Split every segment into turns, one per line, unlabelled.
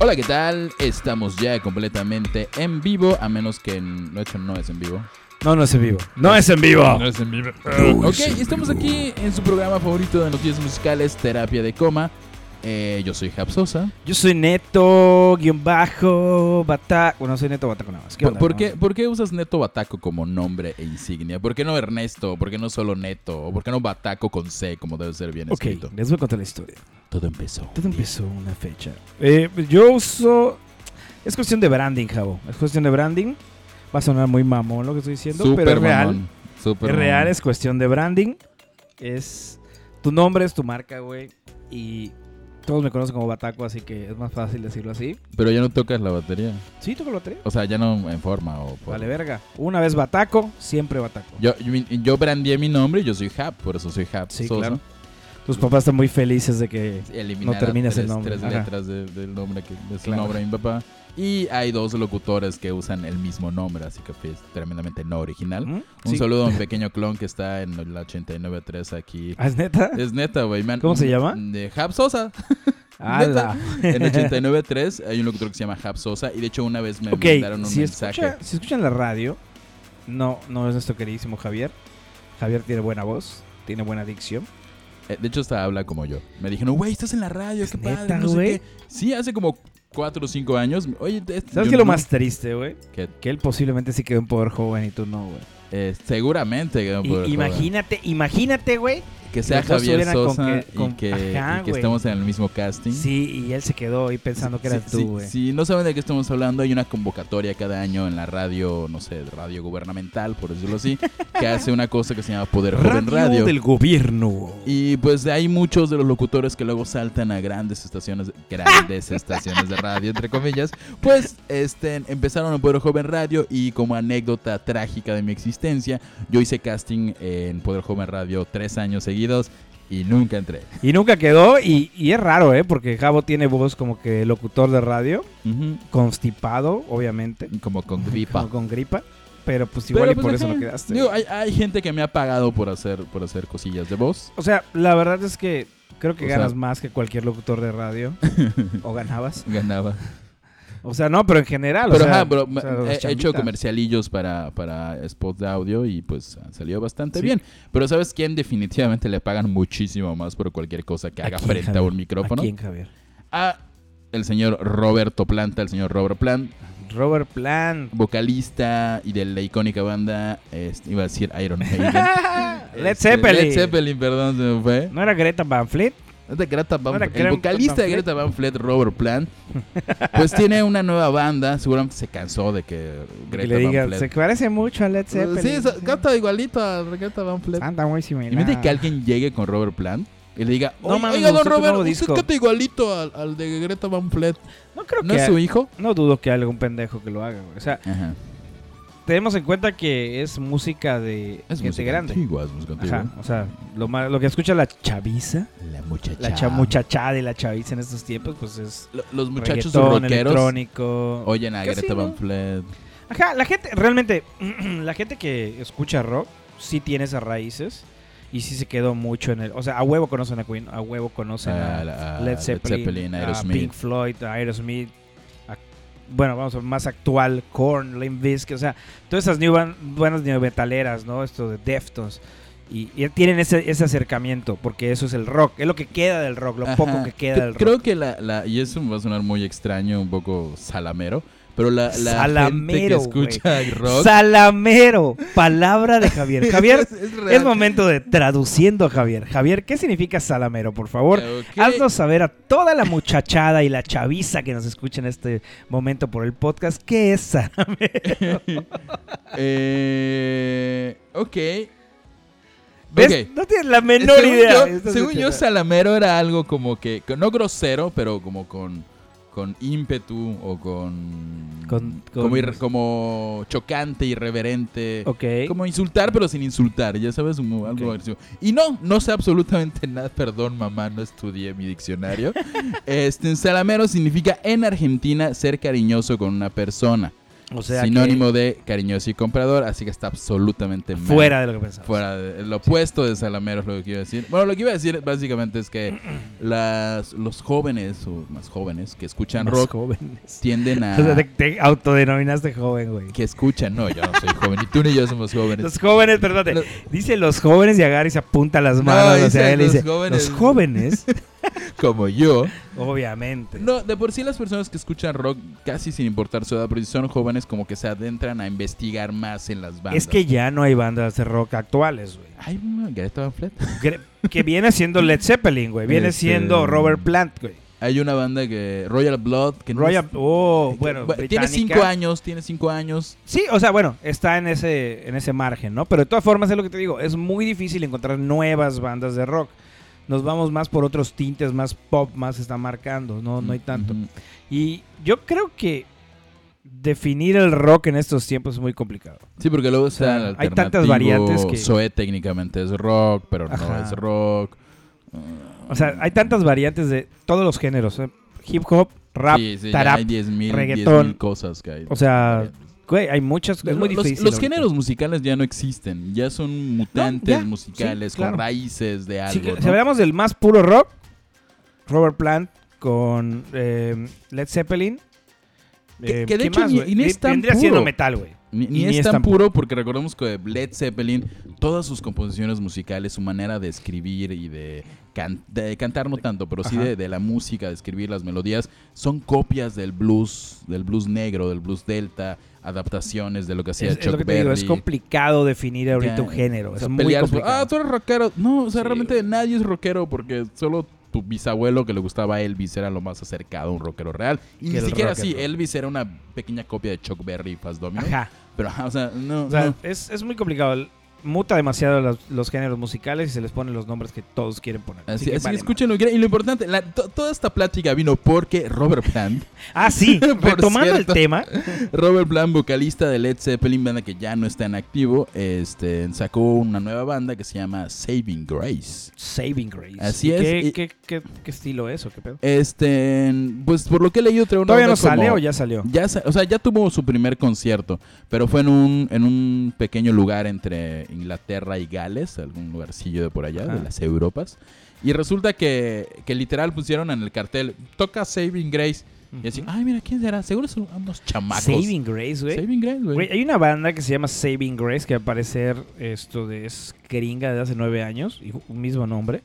Hola, ¿qué tal? Estamos ya completamente en vivo, a menos que, en- de hecho, no es en vivo.
No, no es en vivo. ¡No es en vivo!
es en vivo. ok, estamos aquí en su programa favorito de noticias musicales, Terapia de Coma. Eh, yo soy Japsosa.
Yo soy neto, guión bajo, bataco. Bueno, soy neto bataco nada más.
¿Por,
onda?
por
No,
qué, por qué usas Neto Bataco como nombre e insignia? ¿Por qué no Ernesto? ¿Por qué no solo Neto? ¿O por qué no Bataco con C, como debe ser bien
Ok,
escrito?
les voy a contar la historia.
Todo empezó.
Todo empezó una fecha. Eh, yo uso. Es cuestión de branding, Javo. Es cuestión de branding. Va a sonar muy mamón lo que estoy diciendo,
Súper
pero es real.
mamón, súper
es real,
mamón.
es cuestión de branding. Es. Tu nombre es tu marca, güey. Y todos me conocen como Bataco, así que es más fácil decirlo así.
Pero ya no tocas la batería.
Sí, toco lo tres.
O sea, ya no en forma. O por-
Vale, verga. Una vez Bataco, siempre Bataco.
Yo, yo, yo brandeé mi nombre y yo soy Hap, por eso soy Hap.
Sí,
Sosa.
claro. Tus papás están muy felices de que.
Eliminar
No terminas
tres,
el nombre,
tres
ajá.
letras de- del nombre que de su
Claro.
nombre de mi papá. Y hay dos locutores que usan el mismo nombre, así que es tremendamente no original.
¿Mm?
Un
Sí.
saludo a un pequeño clon que está en la 893 aquí.
¿Ah, ¿Es neta?
Es neta, güey. man.
¿Cómo se llama?
De Hap Sosa.
¡Hala!
En 893 hay un locutor que se llama Hap Sosa. Y de hecho, una vez me
Ok,
mandaron un
si,
mensaje.
escucha- si escuchan la radio, no, no es nuestro queridísimo Javier. Javier tiene buena voz, tiene buena dicción.
Eh, De hecho, hasta habla como yo. Me dijeron, güey, estás en la radio, qué
¿Neta,
padre. No sé
güey?
qué. Sí, hace como 4 o 5 años. Oye, te-
¿Sabes
yo
qué es lo
no-
más triste, güey?
¿Qué?
Que él posiblemente sí quedó en poder joven y tú no, güey.
Eh, seguramente. que no
Y-
puedo recordar.
imagínate, imagínate, güey.
Que sea
los dos
Javier
subieran con
Sosa
que- con-
y que,
Ajá,
y que
güey.
estemos en el mismo casting.
Sí, y él se quedó ahí pensando que eras
Sí, sí,
tú, güey.
Si no saben de qué estamos hablando, hay una convocatoria cada año en la radio, no sé, radio gubernamental, por decirlo así, que hace una cosa que se llama Poder Joven Radio.
del gobierno.
Y pues hay muchos de los locutores que luego saltan a grandes estaciones, grandes estaciones de radio, entre comillas. Pues este, empezaron en Poder Joven Radio y como anécdota trágica de mi existencia, yo hice casting en Poder Joven Radio tres años seguidos y nunca entré.
Y nunca quedó, y, y es raro, ¿eh? Porque Javo tiene voz como que locutor de radio,
Ujú.
constipado, obviamente.
Como con gripa.
Como con gripa. Pero pues igual
Pero,
y por
pues,
eso
ajá.
no quedaste.
Digo, hay, hay gente que me ha pagado por hacer, por hacer cosillas de voz.
O sea, la verdad es que creo que
O sea-
ganas más que cualquier locutor de radio. o ganabas.
Ganaba.
O sea, no, pero en general. o
Pero,
sea,
ajá, pero
Ah, o sea,
he-
las
he, hecho
chambitas.
comercialillos para, para spots de audio y pues salió bastante
Sí.
bien. Pero ¿sabes quién definitivamente le pagan muchísimo más por cualquier cosa que
¿A
haga
quién,
frente a
Javier?
un micrófono?
¿A quién, Javier?
A el señor Roberto Planta, el señor Robert Plant,
Robert Plant.
vocalista y de la icónica banda, este, iba a decir Iron Maiden.
Led
Este,
Zeppelin.
Led Zeppelin, perdón, se me fue.
¿No era Greta Van Fleet?
Es de Greta Van-
No era
el
Greta
vocalista de
Van Fleet.
Greta Van Fleet, Robert Plant, pues tiene una nueva banda. Seguramente se cansó de que
Que
Greta
le
Van
diga,
Fleet-
se parece mucho a Led Zeppelin.
Sí, so- canta igualito a Greta Van Fleet.
Anda muy similar.
Imagínate que alguien llegue con Robert Plant y le diga,
No
"Oye,
mames,
oiga,
me
don
gustó tu
Robert,
nuevo
usted
disco".
canta igualito al, al de Greta Van Fleet.
No creo
¿No
que...
es su hijo?
No dudo que haya algún pendejo que lo haga, güey. O sea,
Ajá.
tenemos en cuenta que es música de
Es
gente
música
grande.
antigua, es música antigua.
Ajá, o sea, lo, ma- lo que escucha la chaviza,
La muchacha.
la cha muchachada y la chaviza en estos tiempos, pues es
Lo- Los muchachos
reggaetón,
rockeros
electrónico.
oyen a
Casi
Greta Van
no.
Fleet.
Ajá, la gente, realmente, la gente que escucha rock sí tiene esas raíces y sí se quedó mucho en el... O sea, a huevo conocen a Queen, a huevo conocen a,
a Ah, la- a
Led Zeppelin, a
Aerosmith.
Pink Floyd, a Aerosmith, a- bueno, vamos a ver, más actual, Korn, Limp Bizkit, o sea, todas esas new ban- buenas new metaleras, ¿no? Esto de Deftones. Y, y tienen ese, ese acercamiento, porque eso es el rock, es lo que queda del rock, lo
Ajá.
poco que queda
Cre-
del rock.
Creo que la, la- Y eso va a sonar muy extraño, un poco salamero. Pero la, la gente que
Salamero,
escucha rock.
Salamero, palabra de Javier. Javier,
es, es
es
real.
momento de traduciendo a Javier. Javier, ¿qué significa salamero, por favor?
Ok.
Haznos saber a toda la muchachada y la chaviza que nos escucha en este momento por el podcast, ¿qué es salamero?
Eh, ok.
¿Ves?
Ok. Eh,
No tienes la menor
según
idea.
yo-
Esto es
según yo,
literal.
Salamero era algo como que, que no grosero, pero como con, con ímpetu o con,
Con-
como,
con-
ir- como chocante, irreverente.
Ok.
Como insultar, pero sin insultar, ya sabes, un- algo
Ok.
agresivo. Y no, no sé absolutamente nada, perdón mamá, no estudié mi diccionario. este, salamero significa en Argentina ser cariñoso con una persona.
O sea,
Sinónimo de cariñoso y comprador, así que está absolutamente
que
mal.
fuera de lo que pensamos.
Fuera de- el opuesto de Salamero es lo que quiero decir. Bueno, lo que iba a decir básicamente es que las, los jóvenes o más jóvenes que escuchan
Más
rock Ah.
jóvenes.
tienden a
O sea, te, te autodenominaste joven, güey.
que escuchan. No, yo no soy joven, ni tú ni yo somos jóvenes.
Los jóvenes, perdónate.
Los-
Dice los jóvenes y agarra y se apunta las
No,
manos. o
dice
sea, él
los
dice,
jóvenes.
los jóvenes,
Como yo.
obviamente.
No, de por sí las personas que escuchan rock, casi sin importar su edad, porque si son jóvenes, como que se adentran a investigar más en las bandas.
es que ya no hay bandas de rock actuales, güey.
Ay, ma, Greta Van Fleet.
Que, que viene siendo Led Zeppelin, güey. Viene
Este-
siendo Robert Plant, güey.
Hay una banda que. Royal Blood. Que no
Royal,
es-
oh,
que-
bueno,
bu- Tiene
británica.
cinco años, tiene cinco años.
Sí, o sea, bueno, está en ese, en ese margen, ¿no? Pero de todas formas es lo que te digo, es muy difícil encontrar nuevas bandas de rock. Nos vamos más por otros tintes, más pop, más está marcando, no, no hay tanto.
Ujú.
Y yo creo que definir el rock en estos tiempos es muy complicado.
Sí, porque luego está
sea,
el
hay tantas
alternativo,
variantes que-
Zoé técnicamente es rock, pero no
Ajá.
es rock.
O sea, hay tantas variantes de todos los géneros. ¿eh? Hip hop, rap,
Sí, sí, ya
tarap.
hay 10.000
reggaetón.
10.000 cosas que hay.
O sea, güey, hay muchas. Es muy
Los-
difícil.
Los,
ahorita.
géneros musicales ya no existen. Ya son mutantes
ya,
musicales
sí, claro.
con raíces de algo.
Sí, que-
¿no?
Si hablamos del más puro rock, Robert Plant con eh, Led Zeppelin.
Que-
Eh,
que de
¿quién
hecho ni-
güey?
y ni es
Vi-
tan
Vendría
puro.
siendo metal, güey.
Ni, ni
Y
es tan puro porque recordemos que Led Zeppelin, todas sus composiciones musicales, su manera de escribir y de, can- de cantar no tanto, pero sí
Ajá.
de, de la música, de escribir las melodías, son copias del blues, del blues negro, del blues delta, adaptaciones de lo que
Es,
hacía
es lo
Chuck
que te digo,
Berry.
es complicado definir ahorita
Ya,
un género.
o
Es
sea,
muy
pelear por,
complicado.
Ah, tú eres rockero. No, o sea,
Sí,
realmente
güey.
nadie es rockero porque solo tu bisabuelo que le gustaba a Elvis era lo más acercado a un rockero real. Y
Que
ni
el
siquiera
rock es
así,
rock.
Elvis era una pequeña copia de Chuck Berry y Fast Domino.
Ajá.
Pero, ajá, o sea, no,
O sea,
no.
es, es muy complicado. Muta demasiado los, los géneros musicales y se les ponen los nombres que todos quieren poner.
Así,
Así que
así que
vale,
escuchen lo que quieran. Y lo importante, la- to- toda esta plática vino porque Robert Plant,
madre. Ah, sí.
Por
retomando
cierto.
el tema.
Robert Plant, vocalista de Led Zeppelin, banda que ya no está en activo, este, sacó una nueva banda que se llama Saving Grace.
Saving Grace.
Así
¿Y
es,
¿Qué,
y-
qué, qué, qué estilo es o qué pedo?
Este, pues por lo que he leído, trae una
¿Todavía
onda
no sale
como-
o ya salió?
Ya, sa- o sea, ya tuvo su primer concierto, pero fue en un, en un pequeño lugar entre Inglaterra y Gales, algún lugarcillo de por allá,
Ajá.
de las Europas. Y resulta que, que literal pusieron en el cartel, toca Saving Grace. Y así, ay, mira, ¿quién será? Seguro son unos chamacos.
Saving Grace, güey.
Saving Grace,
Güey, eh.
güey.
Hay una banda que se llama Saving Grace que al parecer esto de, es gringa de hace nueve años, y un mismo nombre,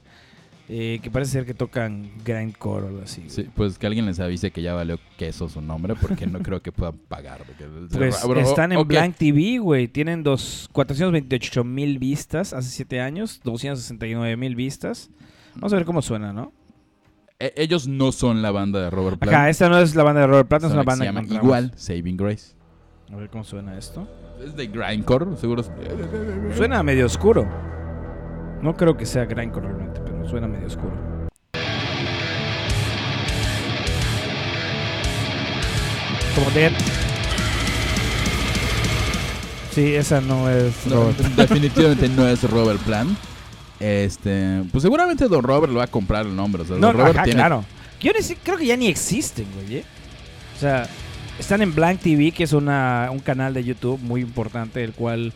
eh, que parece ser que tocan grindcore o algo así. güey.
Sí, pues que alguien les avise que ya valió queso su nombre, porque no creo que puedan pagar. porque-
Pues
Ah, Bueno,
están en
ok.
Blank TV, güey. Tienen dos, 428 mil vistas hace siete años, 269 mil vistas. Vamos a ver cómo suena, ¿no?
E- ellos no son la banda de Robert Plant.
Acá, esta no es la banda de Robert Plata,
son
es
la que
una
se
banda
llama
encontramos.
igual Saving Grace.
A ver cómo suena esto.
Es de Grindcore, seguro. es-
Suena medio oscuro. No creo que sea grindcore realmente, pero suena medio oscuro. Como Dead. Sí, esa no es
No,
Robert.
definitivamente no es Robert Plant. Este, pues seguramente Don Robert lo va a comprar el nombre. O sea,
No,
Don Robert
ajá,
tiene-
claro. Yo ni si- creo que ya ni existen, güey. ¿eh? O sea, están en Blank TV, que es una, un canal de YouTube muy importante, el cual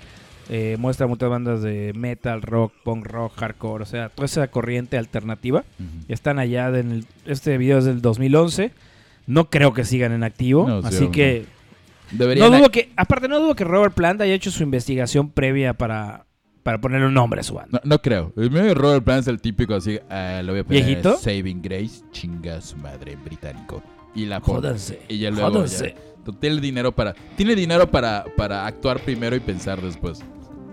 eh, muestra muchas bandas de metal, rock, punk rock, hardcore, o sea, toda esa corriente alternativa.
Ujú.
Están allá en el- este video es del 2011. No creo que sigan en activo,
No, sí,
así
no.
que no
Deberían
dudo que aparte no dudo que Robert Plant haya hecho su investigación previa para para ponerle un nombre a su banda.
No, no creo. El mío de Robert Plant es el típico así. eh, lo voy a poner.
¿Viejito?
Saving Grace, chinga a su madre en británico. Y la pone.
Jódanse.
Y ya luego ya-
jódanse,
Tiene dinero para. Tiene dinero para, para actuar primero y pensar después.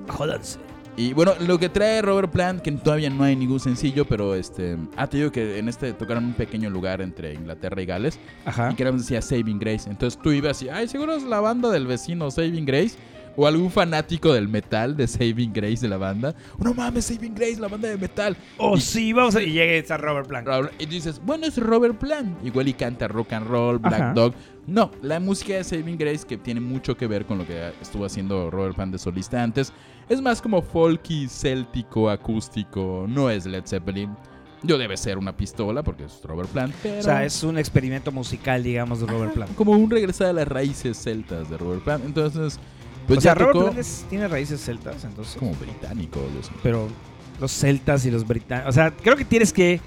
jódanse.
Y bueno, lo que trae Robert Plant, que todavía no hay ningún sencillo, pero este. Ah, te digo que en este tocaron un pequeño lugar entre Inglaterra y Gales.
Ajá.
Y que era donde decía Saving Grace. Entonces tú ibas y, ay, seguro es la banda del vecino Saving Grace. O algún fanático del metal de Saving Grace de la banda. No mames, Saving Grace, la banda de metal.
Oh,
Y-
sí, vamos a. Y llega esta Robert Plant.
Raúl, Y dices, bueno, es Robert Plant. Igual y canta rock and roll, Black
Ajá.
Dog. No, la música de Saving Grace, que tiene mucho que ver con lo que estuvo haciendo Robert Plant de solista antes, es más como folky, céltico, acústico. No es Led Zeppelin. Yo debe ser una pistola porque es Robert Plant.
O sea, es un experimento musical, digamos, de Robert Plant.
como un regresar a las raíces celtas de Robert Plant. Entonces, pues
o sea,
ya
Robert
tocó-
Plant es- tiene raíces celtas, entonces.
como británico. Dios mío.
Pero los celtas y los británicos. O sea, creo que tienes que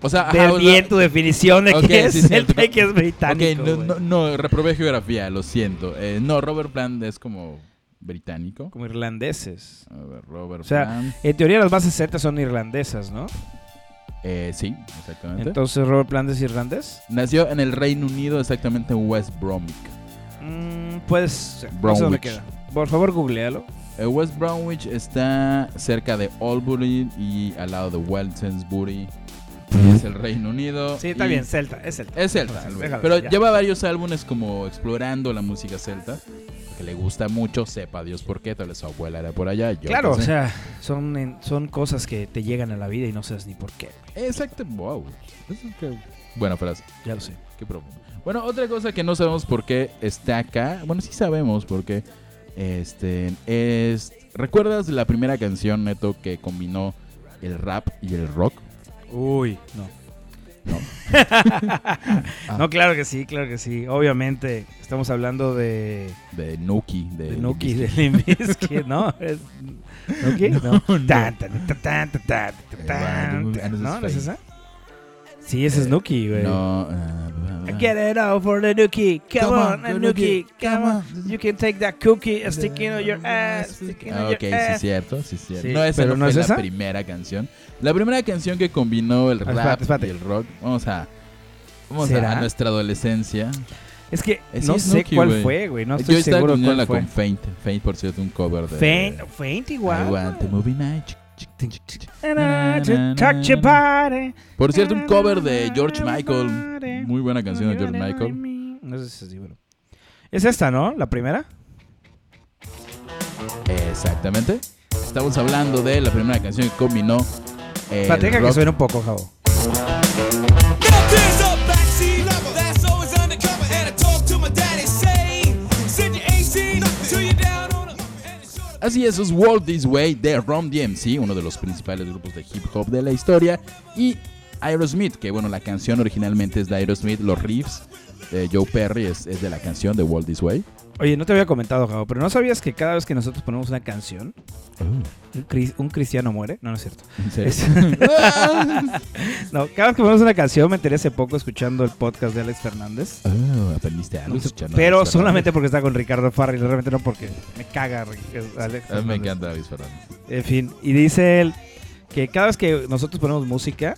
O sea, ajá,
ver
o sea,
bien tu definición de
Ok,
qué es
sí,
celta
cierto.
y qué es británico.
ok, no,
güey.
no, no, reprobé geografía, lo siento. Eh, no, Robert Plant es como británico.
Como irlandeses.
A ver, Robert
O sea,
Plant.
En teoría, las bases celtas son irlandesas, ¿no?
Eh, sí, exactamente.
Entonces, Robert Plant es irlandés.
Nació en el Reino Unido, exactamente en West Bromwick.
Mm, pues, ser. eso me
Bromwich.
queda. Por favor, googlealo.
Eh, West Bromwich está cerca de Oldbury y al lado de Waltonsbury. Es el Reino Unido.
Sí, está
y-
bien, celta, es celta.
Es celta,
Entonces,
güey.
déjalo,
pero
ya.
lleva varios álbumes como explorando la música celta, que le gusta mucho, sepa Dios por qué, tal vez su abuela era por allá. yo
Claro,
qué
o
sé.
sea, son, en- son cosas que te llegan a la vida y no sabes ni por qué. güey.
Exacto, wow. Eso es que- Buena frase,
Ya lo sé.
qué profundo. Bueno, otra cosa que no sabemos por qué está acá, bueno, sí sabemos por qué, este, es... ¿Recuerdas la primera canción, Neto, que combinó el rap y el rock?
Uy, no.
No. Ah.
no, claro que sí, claro que sí. Obviamente, estamos hablando de,
De Nuki. De,
de Nuki, de Limp Bizkit, ¿no? ¿Es ¿Nuki? No. Tan, tan, tan, tan, tan, tan,
Eh,
tan, tan. ¿No? ¿No es esa? Sí, ese es
Eh,
Nuki, güey.
No. ah, ah, ah.
Get it out for the Nuki. Come,
Come
on,
on, go
Nuki.
Nuki.
Come
Come
on.
on.
You can take that cookie sticking on your ass. Sticking
Ah,
on
ok,
your
sí
ass.
es cierto, sí es cierto.
Sí,
no, esa
pero
no,
¿no
fue
es
la
esa?
primera canción. La primera canción que combinó el
Ah,
rap
espérate, espérate.
y el rock. Vamos a... Vamos
¿Será?
a nuestra adolescencia.
Es que
Ese
no
es
sé
Nuki,
cuál
güey.
fue, güey. No
Yo
estoy
estaba
seguro cuál
combinándola
fue.
con Faint. Faint, por cierto, un cover de...
Faint, faint igual.
I want to move in night. Chic, chic, chic, chic.
Touch your body.
Por cierto, un cover de George Michael. Muy buena canción de George Michael.
No sé si es bueno. Es esta, ¿no? La primera.
Exactamente. Estamos hablando de la primera canción que combinó eh, el
Pateca que
rock
suena un poco, Javo.
Got tears up, backseat lover. That's always undercover. And I talk to my daddy, say, send your 18 till you're down on a. and it's short of-
Así es, es Walk This Way de Rom DMC, uno de los principales grupos de hip hop de la historia, y Aerosmith, que bueno, la canción originalmente es de Aerosmith, los riffs de Joe Perry es, es de la canción de Walk This Way.
Oye, no te había comentado, Javo, pero ¿no sabías que cada vez que nosotros ponemos una canción,
Oh.
un, cris- un cristiano muere? No, no es cierto.
¿En serio?
No, cada vez que ponemos una canción, me enteré hace poco escuchando el podcast de Alex Fernández.
Oh, aprendiste algo. escuchando a
Pero
Luis Fernández.
solamente porque está con Ricardo Farrell, realmente no porque me caga Ri- es- Alex.
Ah, me
Fernández.
encanta Luis Fernández.
En fin, y dice él que cada vez que nosotros ponemos música,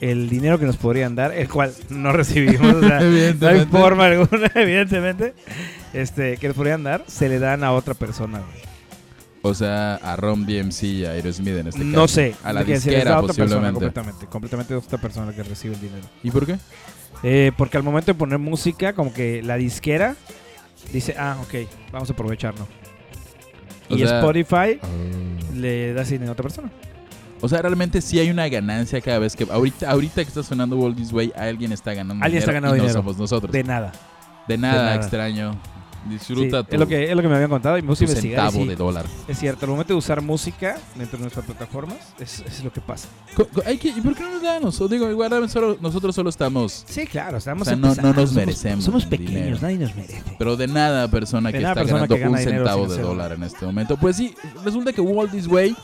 el dinero que nos podrían dar, el cual no recibimos, o sea, no hay
Evidentemente.
forma alguna, evidentemente, este, que nos podrían dar, se le dan a otra persona. güey.
O sea, a Rom DMC y a Aerosmith en este caso.
No sé,
A la
que se les da
disquera
a otra persona
posiblemente.
completamente, completamente a otra persona que recibe el dinero.
¿Y por qué?
Eh, porque al momento de poner música, como que la disquera dice, ah, ok, vamos a aprovecharlo.
O
y
sea- ah.
Spotify le da ese dinero a otra persona.
O sea, realmente sí hay una ganancia cada vez que... Ahorita, ahorita que está sonando Walk This Way, alguien está ganando
Alguien está
dinero
ganando
y no
dinero.
somos nosotros.
De nada.
De nada,
nada.
extraño.
Sí,
Disfruta tu,
es, lo que, es lo que me habían contado y me
tu
puse a investigar. y
centavo
sí,
de dólar.
Es cierto, al momento de usar música dentro de nuestras plataformas, es, es lo que pasa.
Co- co- hay que- ¿Y por qué no nos dan? nosotros? Digo, igual realmente solo- nosotros solo estamos...
Sí, claro, estamos
O sea, no-
empezando,
no nos
somos-
merecemos
Somos,
el
pequeños,
dinero.
nadie nos merece.
Pero de nada persona
De
que
nada
está
persona
ganando
que gana
un
dinero
centavo
sin
de
hacerlo.
dólar en este momento. Pues sí, resulta que Walt This Way,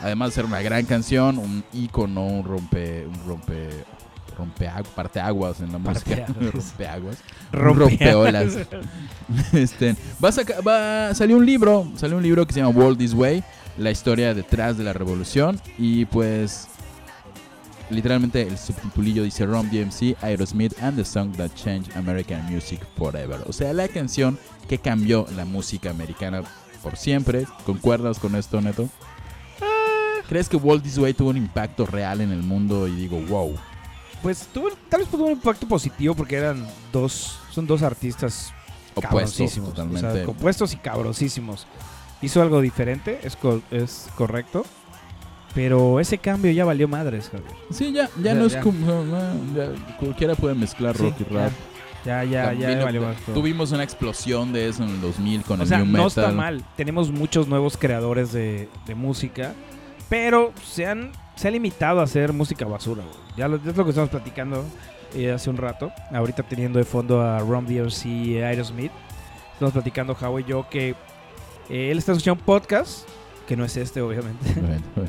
además de ser una gran canción, un ícono, un rompe... Un rompe rompeaguas, parteaguas en la música.
Parteaguas.
rompeaguas. rompeolas. Este, va a saca- va, salió un libro, salió un libro que se llama World This Way, la historia detrás de la revolución y pues literalmente el subtitulillo dice Rom DMC, Aerosmith and the song that changed American music forever. O sea, la canción que cambió la música americana por siempre. ¿Concuerdas con esto, Neto?
Ah.
¿Crees que World This Way tuvo un impacto real en el mundo y digo, wow?
Pues tuvo, tal vez tuvo un impacto positivo porque eran dos, son dos artistas
Opuesto,
cabrosísimos.
totalmente.
O sea, compuestos y cabrosísimos. Hizo algo diferente, es, co- es correcto. Pero ese cambio ya valió madres, Javier.
Sí, ya, ya,
Ya,
no es
ya.
como. no, ya cualquiera puede mezclar
Sí,
rock y rap.
Ya, ya, ya,
También
valió
lo-
madres. todo.
Tuvimos una explosión de eso en el 2000 con
O
el
sea,
new metal.
no está mal. Tenemos muchos nuevos creadores de, de música, pero se han se ha limitado a hacer música basura. güey. Ya, lo- ya es lo que estamos platicando eh, hace un rato. Ahorita teniendo de fondo a Rom DLC y Aerosmith. Estamos platicando, Javo y yo, que eh, él está escuchando un podcast, que no es este, obviamente.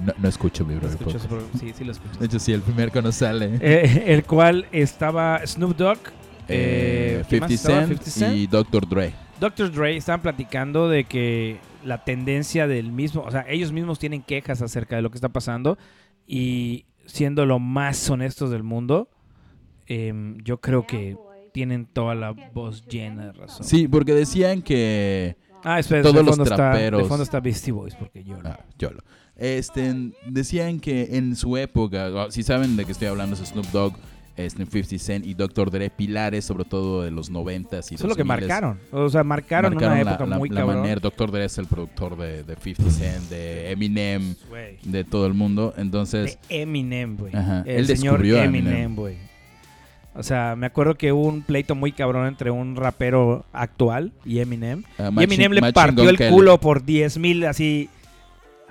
No, no escucho mi
Lo
brother
escuchas,
podcast.
pero- sí, sí lo escuchas.
De hecho, sí, el primer que nos sale.
Eh, el cual estaba Snoop Dogg, eh,
Eh,
¿quién
50,
más estaba?
Cent
50 Cent.
y Dr. Dre.
Dr. Dre estaban platicando de que la tendencia del mismo, o sea, ellos mismos tienen quejas acerca de lo que está pasando y siendo lo más honestos del mundo, em, yo creo que tienen toda la voz llena de razón.
Sí, porque decían que.
Ah, espera,
Todos
de
los
fondo está, de
traperos.
fondo está Beastie Boys porque yo
Ah, YOLO. Este, decían que en su época, o- si saben de qué estoy hablando, es Snoop Dogg, este, 50 Cent y Dr. Dre, pilares sobre todo de los 90s y
Eso es lo que
2000s.
marcaron. O sea, marcaron,
Marcaron
una
la-
época
la-
muy
la
cabrón.
manera. Dr. Dre es el productor de, de 50 Cent, de Eminem,
Güey,
de todo el mundo. Entonces,
de Eminem, güey.
Ajá,
El
él
señor
descubrió a Eminem.
Eminem, güey. O sea, me acuerdo que hubo un pleito muy cabrón entre un rapero actual y Eminem.
a
Y
ah, Machine-
Eminem le
Machine
partió
Gun
el
Kelly-
culo por 10.000 así...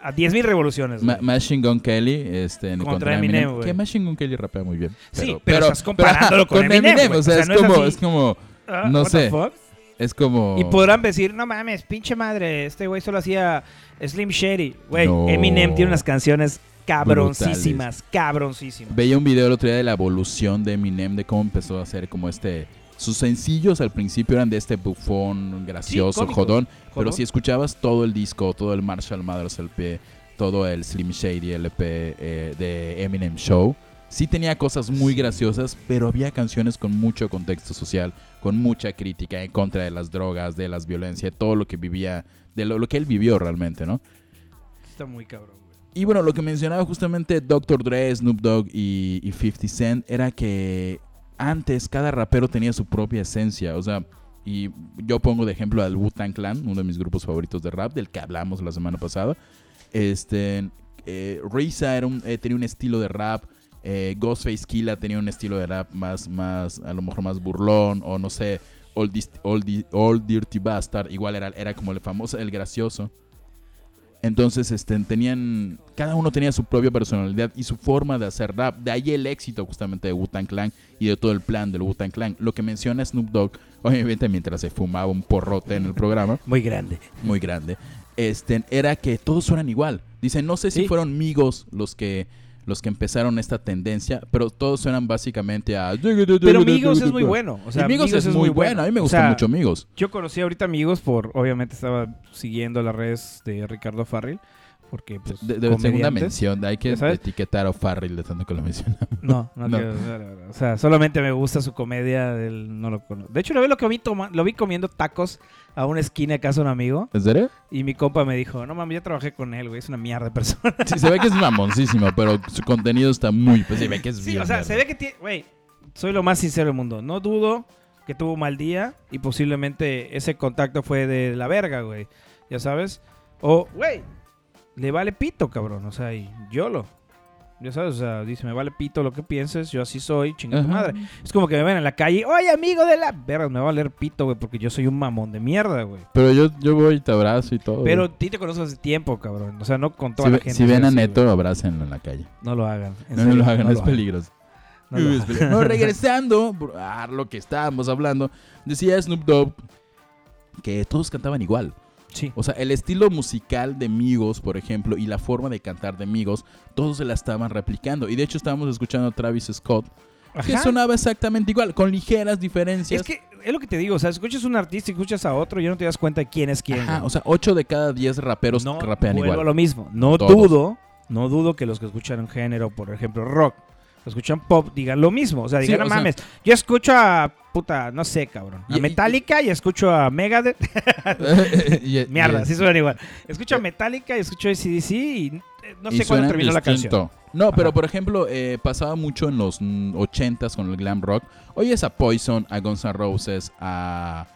A 10.000 revoluciones.
Ma-
pues, güey.
Machine Gun Kelly este, en
Contra
contra,
Eminem,
Eminem.
güey.
que Machine Gun Kelly rapea muy bien.
Sí, pero estás comparándolo
ajá,
con Eminem, güey.
o sea,
O sea,
es,
no es
como,
así.
es como.
Ah,
no
what the
sé.
fuck?
Es como.
Y podrán decir, no mames, pinche madre, este güey solo hacía Slim Shady. Güey,
No.
Eminem tiene unas canciones cabroncísimas, cabroncísimas.
Veía un video el otro día de la evolución de Eminem, de cómo empezó a hacer como este. Sus sencillos al principio eran de este bufón gracioso,
cómicos.
jodón,
Jodón.
Pero si escuchabas todo el disco, todo el Marshall Mathers LP, todo el Slim Shady LP eh, de Eminem Show, sí tenía cosas muy graciosas, pero había canciones con mucho contexto social, con mucha crítica en contra de las drogas, de las violencias, todo lo que vivía, de lo, lo que él vivió realmente, ¿no?
Está muy cabrón, güey.
Y bueno, lo que mencionaba justamente Dr. Dre, Snoop Dogg y, y 50 Cent era que antes cada rapero tenía su propia esencia. O sea, y yo pongo de ejemplo al Wu-Tang Clan, uno de mis grupos favoritos de rap, del que hablamos la semana pasada. Este, eh, Risa era un- eh, tenía un estilo de rap. eh, Ghostface Killa tenía un estilo de rap más, más, a lo mejor más burlón, o no sé, Old, Dis- Old Di- Old Dirty Bastard, igual era, era como el famoso, el gracioso. Entonces, este, tenían, cada uno tenía su propia personalidad y su forma de hacer rap. De ahí el éxito justamente de Wu-Tang Clan y de todo el plan del Wu-Tang Clan. Lo que menciona Snoop Dogg, obviamente mientras se fumaba un porrote en el programa,
Muy grande.
muy grande, este, era que todos fueran igual. Dicen, no sé si
Sí.
fueron amigos los que los que empezaron esta tendencia, pero todos suenan básicamente a...
Pero Migos es muy bueno. O sea,
Amigos es, muy bueno. A mí me
O
gusta
sea,
mucho Amigos.
Yo conocí ahorita amigos por, obviamente estaba siguiendo las redes de Ricardo Farrell, porque pues
De, de segunda
comediante.
mención, hay que
¿Ya sabes?
etiquetar a Farrell de tanto que lo menciona.
No, no,
No.
quiero- no, no, no. o sea, solamente me gusta su comedia, del, no lo conozco. De hecho, una vez lo que vi toma- lo vi comiendo tacos a una esquina de casa de un amigo
¿En serio?
y mi compa me dijo, "No mames, ya trabajé con él, güey, es una mierda de persona."
Sí, se ve que es mamoncísimo, pero su contenido está muy. Pues se ve que es
Sí,
bien
o sea,
verde.
se ve que tiene, güey, soy lo más sincero del mundo. No dudo que tuvo un mal día y posiblemente ese contacto fue de la verga, güey. Ya sabes? O, güey, le vale pito, cabrón, o sea, y yo lo ya sabes, o sea, dice, me vale pito lo que pienses, yo así soy, chinga tu
Ajá.
madre. Es como que me ven en la calle, oye, amigo de la verga, me va a valer pito, güey, porque yo soy un mamón de mierda, güey.
Pero yo, yo voy y te abrazo y todo.
Pero a ti te conozco hace tiempo, cabrón. O sea, no con toda
si,
la
ve-
gente.
si ven a
así,
Neto,
güey.
abrácenlo en la calle.
No lo hagan. en
No, no
serio,
lo hagan, es
hagan.
peligroso.
No lo
Es
hagan.
peligroso. No, regresando bro, a lo que estábamos hablando, decía Snoop Dogg que todos cantaban igual.
Sí.
O sea, el estilo musical de Migos, por ejemplo, y la forma de cantar de Migos, todos se la estaban replicando. Y de hecho estábamos escuchando a Travis Scott, que
Ajá.
sonaba exactamente igual, con ligeras diferencias.
Es que es lo que te digo, o sea, escuchas a un artista y escuchas a otro y ya no te das cuenta de quién es quién.
Ajá,
güey.
o sea, 8 de cada 10 raperos
no
rapean
vuelvo
igual.
a lo mismo. No
Todos.
dudo, no dudo que los que escuchan un género, por ejemplo, rock, que escuchan pop, digan lo mismo. O sea,
Sí,
digan, no
o sea-
mames, yo escucho a puta, no sé, cabrón. A
Y- Eh, y-
Metallica y, escucho a Megadeth.
Y- y-
Mierda,
y-
sí suena igual. Escucho a Metallica y escucho a ACDC y eh, no
eh. y
sé cuándo
suenan
terminó la canción.
distinto. No, pero
Ajá.
por ejemplo, eh, pasaba mucho en los mm, 80s con el glam rock. Hoy es a Poison, a Guns N' Roses, a,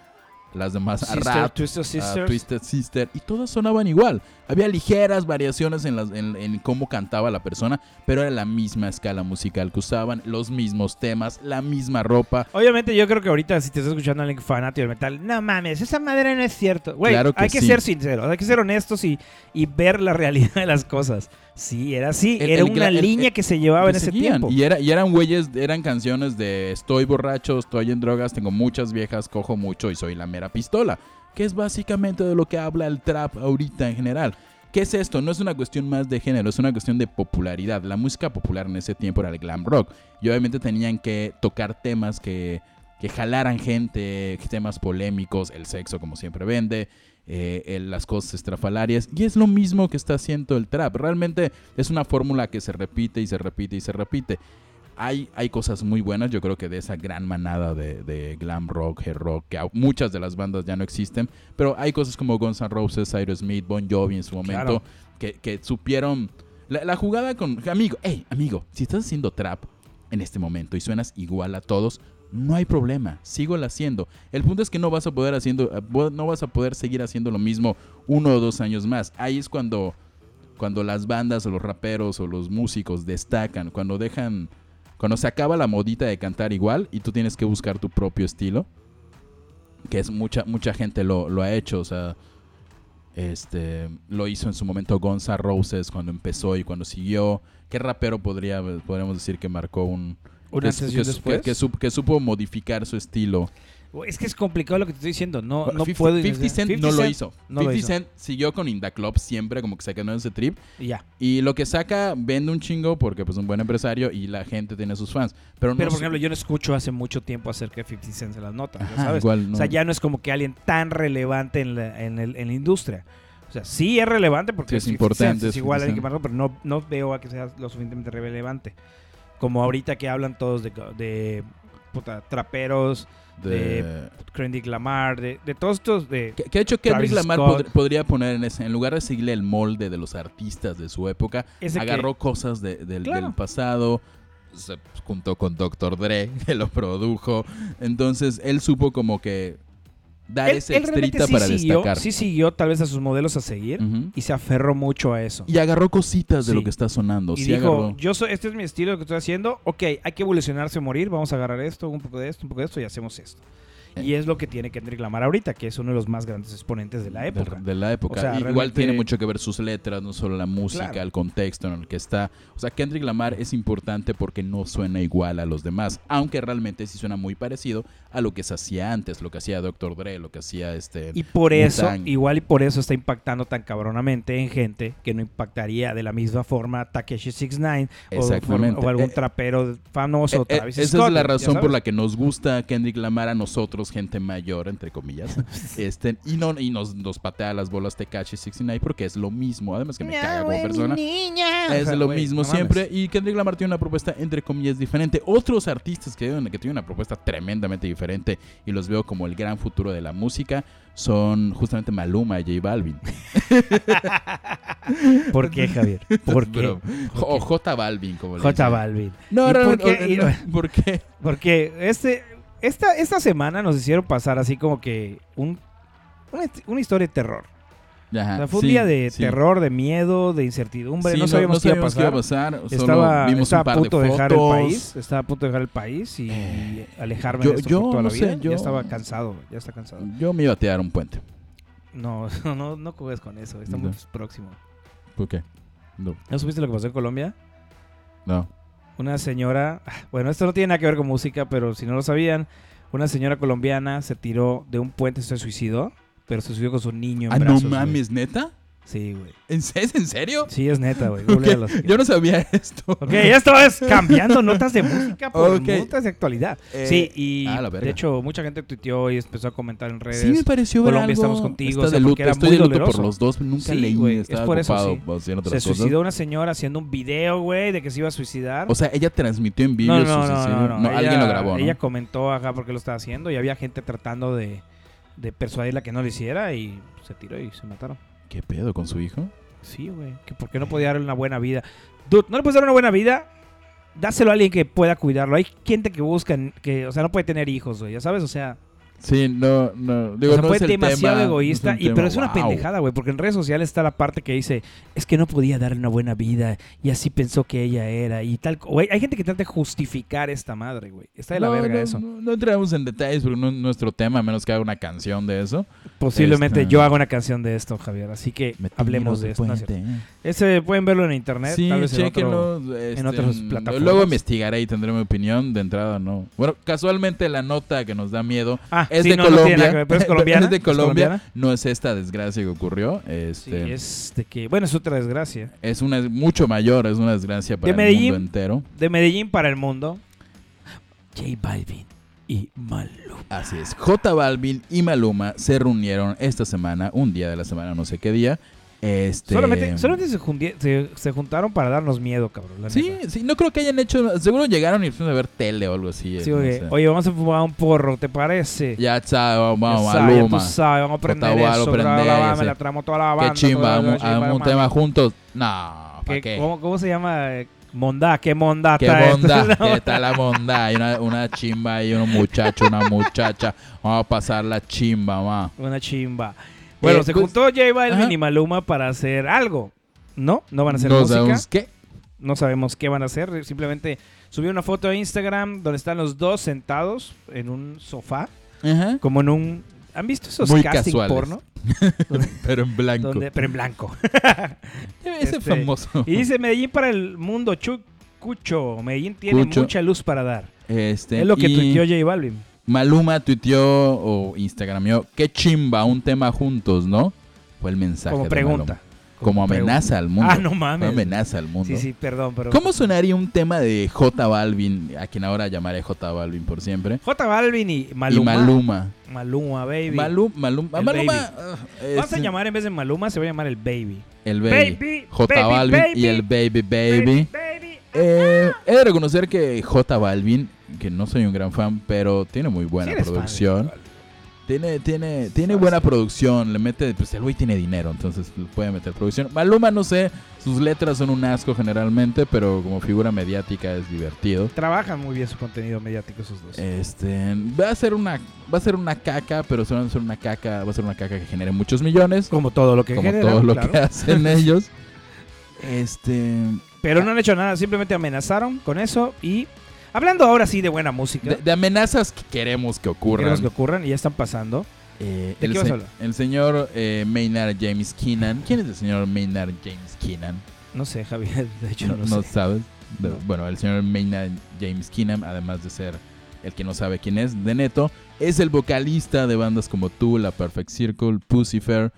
Las demás a
Sister,
Rat,
Twisted
a
Sisters.
ah, Twisted Sister, y todas sonaban igual. Había ligeras variaciones en, las- en- en cómo cantaba la persona, pero era la misma escala musical que usaban, los mismos temas, la misma ropa.
Obviamente yo creo que ahorita si te estás escuchando a alguien fanático del metal, no mames, esa madre no es cierto. Güey,
Claro que
hay que
sí.
ser sinceros, hay que ser honestos y, y ver la realidad de las cosas. Sí, era así,
El-
era
el
una
gra- el-
línea
el-
que se llevaba en
que
ese
seguían.
tiempo.
Y, era, y eran güeyes, eran canciones de estoy borracho, estoy en drogas, tengo muchas viejas, cojo mucho y soy la mera pistola. Que es básicamente de lo que habla el trap ahorita en general. ¿Qué es esto? No es una cuestión más de género, es una cuestión de popularidad. La música popular en ese tiempo era el glam rock. Y obviamente tenían que tocar temas que, que jalaran gente, temas polémicos, el sexo como siempre vende, eh, el- las cosas estrafalarias. Y es lo mismo que está haciendo el trap. Realmente es una fórmula que se repite y se repite y se repite. Hay, hay cosas muy buenas, yo creo que de esa gran manada de, de glam rock, hair rock, que a- muchas de las bandas ya no existen, pero hay cosas como Guns N' Roses, Aerosmith, Bon Jovi en su momento,
Claro.
que, que supieron... La, la jugada con... Amigo, hey, amigo, si estás haciendo trap en este momento y suenas igual a todos, no hay problema, sigo haciendo. El punto es que no vas a poder haciendo, eh, no vas a poder seguir haciendo lo mismo uno o dos años más. Ahí es cuando, cuando las bandas o los raperos o los músicos destacan, cuando dejan, cuando se acaba la modita de cantar igual y tú tienes que buscar tu propio estilo. Que es mucha, mucha gente lo, lo ha hecho, o sea, este, lo hizo en su momento Guns N' Roses cuando empezó y cuando siguió. ¿Qué rapero podría, podríamos decir que marcó un...
Un
que
antes
su-
y un
que su-
después.
que- que sup- que supo modificar su estilo.
Güey, Es que es complicado lo que te estoy diciendo, no,
Bueno,
no
50,
puedo...
50 Cent
50
no lo
Cent,
hizo.
no lo
50
hizo.
Cent siguió con Inda Club siempre, como que se quedó en ese trip.
y ya.
Y lo que saca vende un chingo porque pues un buen empresario y la gente tiene sus fans. Pero, no
Pero por
sé-
ejemplo, yo no escucho hace mucho tiempo acerca de 50 Cent en las notas, ya
Ajá,
¿sabes?
igual,
O sea,
no.
ya no es como que alguien tan relevante en la, en el- en la industria. O sea, sí es relevante porque
Sí, es
50 Cent,
importante,
Es
es
igual a
50
alguien que marcó, pero no, no veo a que sea lo suficientemente relevante. Como ahorita que hablan todos de, de puta, traperos,
De-
Kendrick Lamar, de, de todos estos. De,
¿Qué, qué ha hecho Kendrick
Travis
Lamar
Scott.
pod- podría poner en ese? En lugar de seguirle el molde de los artistas de su época,
ese que-
agarró cosas de- del,
Claro.
del pasado, se juntó con Dr. Dre, que lo produjo. Entonces, él supo como que dar
él,
ese
él realmente
extrita
sí
para
siguió,
destacar. Mm.
sí siguió tal vez a sus modelos a seguir
Ujú.
y se aferró mucho a eso.
Y agarró cositas de
Sí.
lo que está sonando.
y
sí
dijo,
agarró.
yo soy, este es mi estilo que estoy haciendo, ok, hay que evolucionarse o morir, vamos a agarrar esto, un poco de esto, un poco de esto y hacemos esto.
Eh.
Y es lo que tiene Kendrick Lamar ahorita, que es uno de los más grandes exponentes de la época.
De, de la época.
O sea,
Y Igual
realmente-
tiene mucho que ver sus letras, no solo la música,
Claro.
el contexto en el que está. O sea, Kendrick Lamar es importante porque no suena igual a los demás, aunque realmente sí suena muy parecido a lo que se hacía antes, lo que hacía Dr. Dre, lo que hacía este...
y por eso,
Wu-Tang.
igual y por eso está impactando tan cabronamente en gente que no impactaría de la misma forma Takeshi 69 o, de forma-
Exactamente.
o algún
Eh,
trapero famoso,
Eh, eh,
Travis
esa
Scott,
es la
ya
razón por
sabes.
la que nos gusta Kendrick Lamar a nosotros, gente mayor, entre comillas. este, y no, y nos, nos patea las bolas Tekashi 69 porque es lo mismo. Además que me caga como persona.
O
Es
sea,
lo
güey,
mismo
no mames.
siempre. Y Kendrick Lamar tiene una propuesta, entre comillas, diferente. Otros artistas que, que tienen una propuesta tremendamente diferente y los veo como el gran futuro de la música son justamente Maluma y J Balvin.
¿Por qué, Javier? ¿Por qué?
Pero- o J Balvin, como le
J
dicen.
Balvin.
No, no,
¿Y por
no,
qué?
no, no, ¿por qué?
Porque este, esta, esta semana nos hicieron pasar así como que un, una, una historia de terror.
Ajá,
O sea, fue
Ah,
un
sí,
día de
sí.
terror, de miedo, de incertidumbre.
Sí,
no sabíamos, qué, iba a pasar.
pasar, solo
Estaba,
vimos
estaba
un par
a punto de,
de fotos.
dejar el país. Estaba a punto de dejar el país y,
Eh,
y alejarme
yo-
de esto
yo
por toda
no
la
sé,
vida.
yo- Mm.
Ya estaba cansado, ya está cansado.
Yo me iba a tirar un puente.
No, no, no juegues con eso. Está muy
No.
próximo.
¿Por qué? No.
¿No supiste lo que pasó en Colombia?
no.
una señora, bueno, esto no tiene nada que ver con música, pero si no lo sabían, una señora colombiana se tiró de un puente, se suicidó, pero se suicidó con su niño en
Ah, no
brazos. güey.
mames, ¿neta?
Sí, güey.
¿En- ¿Es en serio?
Sí, es neta, güey.
Ok,
Googlealo si
Yo
quieres.
no sabía esto.
Ok, esto es cambiando notas de música por
Ok.
notas de actualidad.
Eh,
sí, y
a la verga.
de hecho mucha gente tuiteó y empezó a comentar en redes.
Sí me pareció ver
Colombia,
algo.
estamos contigo,
Está
o sea,
de luto,
porque era
estoy
muy
de luto
doloroso.
por los dos. Nunca
Sí,
leí,
güey, es
estaba
por eso,
ocupado
sí.
haciendo
se
otras
suicidó
cosas.
una señora haciendo un video, güey, de que se iba a suicidar.
O sea, ella transmitió en vivo
No,
su
no, no,
suicidio.
no, no. Ella-
alguien lo grabó, ¿no?
Ella comentó acá por qué lo estaba haciendo y había gente tratando de, de persuadirla que no lo hiciera y se tiró y se mataron.
¿Qué pedo con su hijo?
Sí, güey. Que ¿Por qué no podía darle una buena vida? Dude, ¿no le puedes dar una buena vida? Dáselo a alguien que pueda cuidarlo. Hay gente que busca, que, o sea, no puede tener hijos, güey, ya sabes, o sea...
Sí, no, no. Digo,
o sea,
no
fue
es el
demasiado
tema,
egoísta.
no es un
y, pero
tema,
es una
wow.
pendejada, güey, porque en redes sociales está la parte que dice, es que no podía darle una buena vida y así pensó que ella era y tal. co- Güey, hay gente que trata de justificar esta madre, güey. Está de la
No,
verga
no,
eso.
No, no entramos en detalles porque no es nuestro tema, a menos que haga una canción de eso.
Posiblemente
Este-
yo haga una canción de esto, Javier, así que
Me tiro
hablemos de
del
esto. ¿no es
puente,
cierto?
eh.
Ese pueden verlo en internet,
Sí,
tal vez en otro-
chéquenlo, este,
en otras
mm,
plataformas.
Luego investigaré y tendré mi opinión. De entrada, no. Bueno, casualmente la nota que nos da miedo
Ah,
es
sí,
de
no, no tiene
Colombia.
nada que ver, pero es colombiana.
es de
¿Es
Colombia.
colombiana?
No es esta desgracia que ocurrió.
Sí,
Este, es...
es de que, bueno, es otra desgracia.
una mucho mayor, es una desgracia para el
Medellín?
mundo entero.
De Medellín para el mundo, J Balvin y Maluma.
Así es. J Balvin y Maluma se reunieron esta semana, un día de la semana, no sé qué día. Este,
Solamente, solamente se, junti- se- se juntaron para darnos miedo, cabrón. la
Sí,
neta.
sí, no creo que hayan hecho. Seguro llegaron y empezaron a ver tele o algo así.
Sí,
no
oye,
sé.
oye, vamos a fumar un porro, ¿te parece?
Ya sabes, vamos,
Ya sabes,
Maluma.
tú sabes, vamos a prender
Otavalo,
eso, bla, bla,
prender,
bla,
ya
me
sé.
la tramos toda la
Qué
banda.
chimba,
toda la-
hagamos,
J Balvin,
hagamos un
mami.
tema juntos. No, ¿para
¿Qué-
qué?
¿Cómo, cómo se llama? Eh, Mondá, ¿qué mondá
¿Qué
está esto?
bondad?
No,
¿Qué tal la bondad? Hay una, una chimba ahí, un muchacho, una muchacha. Vamos a pasar la chimba, ma.
Una chimba. Bueno, se
pues-
juntó J Balvin
Ajá.
y Maluma para hacer algo. ¿No? ¿No van a hacer
No
música?
sabemos qué.
No sabemos qué van a hacer. Simplemente subí una foto a Instagram donde están los dos sentados en un sofá,
Ajá.
como en un... ¿Han visto esos
Muy
casting
casuales.
porno?
Pero en blanco.
Donde, pero en blanco.
Ese
este,
famoso.
Y dice Medellín para el mundo, chu- Cucho. Medellín tiene
Cucho.
mucha luz para dar.
Este,
es lo que
y
tuiteó J Balvin.
Maluma tuiteó o instagramió. Qué chimba, un tema juntos, ¿no? Fue el mensaje.
Como
de
pregunta.
Maluma. Como amenaza al mundo.
Ah, no mames.
Fue amenaza al mundo.
Sí, sí, perdón, pero...
¿Cómo sonaría un tema de J Balvin, a quien ahora llamaré J Balvin por siempre?
J Balvin y Maluma.
Y Maluma.
Maluma, baby.
Malu- Maluma.
El
Maluma.
baby.
ah,
Vas a
es
llamar en vez de Maluma, se va a llamar el baby.
El baby.
Baby,
J
baby,
Balvin
baby.
y el baby baby.
baby.
Eh, he de reconocer que J Balvin, que no soy un gran fan, pero tiene muy
Sí
buena
eres fan de
producción.
J Balvin.
Tiene, tiene,
Ah,
tiene buena
sí.
producción, le mete, pues el güey tiene dinero, entonces puede meter producción. Maluma, no sé, sus letras son un asco generalmente, pero como figura mediática es divertido.
Trabajan muy bien su contenido mediático esos dos.
Este, va a ser una, va a ser una caca, pero solo va a ser una caca, va a ser una caca que genere muchos millones,
como todo lo que
como
generan,
todo lo
claro.
que hacen ellos. Este,
Pero no han hecho nada, simplemente amenazaron con eso y... Hablando ahora sí de buena música,
de, de amenazas que queremos que ocurran.
queremos que ocurran y ya están pasando.
Eh,
¿De
el,
qué vas a
se-
hablar?
el señor eh, Maynard James Keenan. ¿Quién es el señor Maynard James Keenan?
No sé, Javier, de hecho
No,
no,
no
sé.
sabes. De-
No.
Bueno, el señor Maynard James Keenan, además de ser el que no sabe quién es, de neto, es el vocalista de bandas como Tú, La Perfect Circle, Pucifer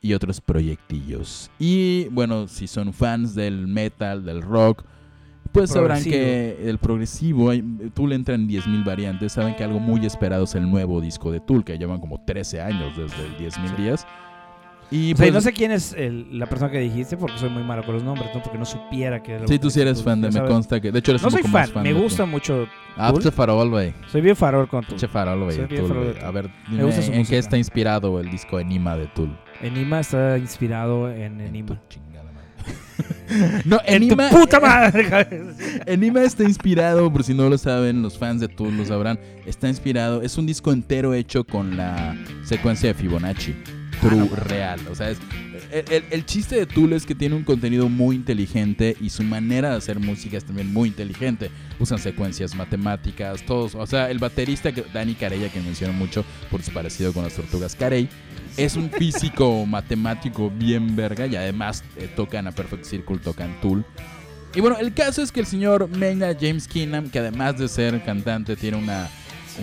y otros proyectillos. Y bueno, si son fans del metal, del rock, pues sabrán
Progresivo.
que el progresivo, hay- Tool entra en 10.000 variantes, saben que algo muy esperado es el nuevo disco de Tool, que llevan como 13 años desde el 10.000
Sí.
días. Y
O sea, y
pues,
no sé quién es el- la persona que dijiste porque soy muy malo con los nombres, no porque no supiera que era
si tú sí eres fan de
pues, ya
Me
sabes.
Consta que... De hecho, eres
No
un
soy
poco más
fan, me
de Tool.
gusta mucho.
Ah,
Tool.
pinche farol, güey.
Soy bien farol con tu.
Pinche farol, güey.
Soy bien
Tool,
farol de
güey.
Tool.
A ver,
Me
dime,
gusta su
¿en
música.
qué está inspirado el disco Enima de Tool?
Enima está inspirado en
tu
Enima.
chingada madre. no,
¡En tu
Enima,
puta madre! Javier!
Enima está inspirado, por si no lo saben, los fans de Tool lo sabrán. Está inspirado, es un disco entero hecho con la secuencia de Fibonacci.
Ah,
True, real. O sea, es, el, el- el chiste de Tool es que tiene un contenido muy inteligente y su manera de hacer música es también muy inteligente. Usan secuencias matemáticas, todos. O sea, el baterista que- Dani Carella, que menciono mucho por su parecido con las tortugas Carey, es un físico matemático bien verga y además eh, tocan a Perfect Circle, tocan Tool. Y bueno, el caso es que el señor Maynard James Keenan, que además de ser cantante, tiene una,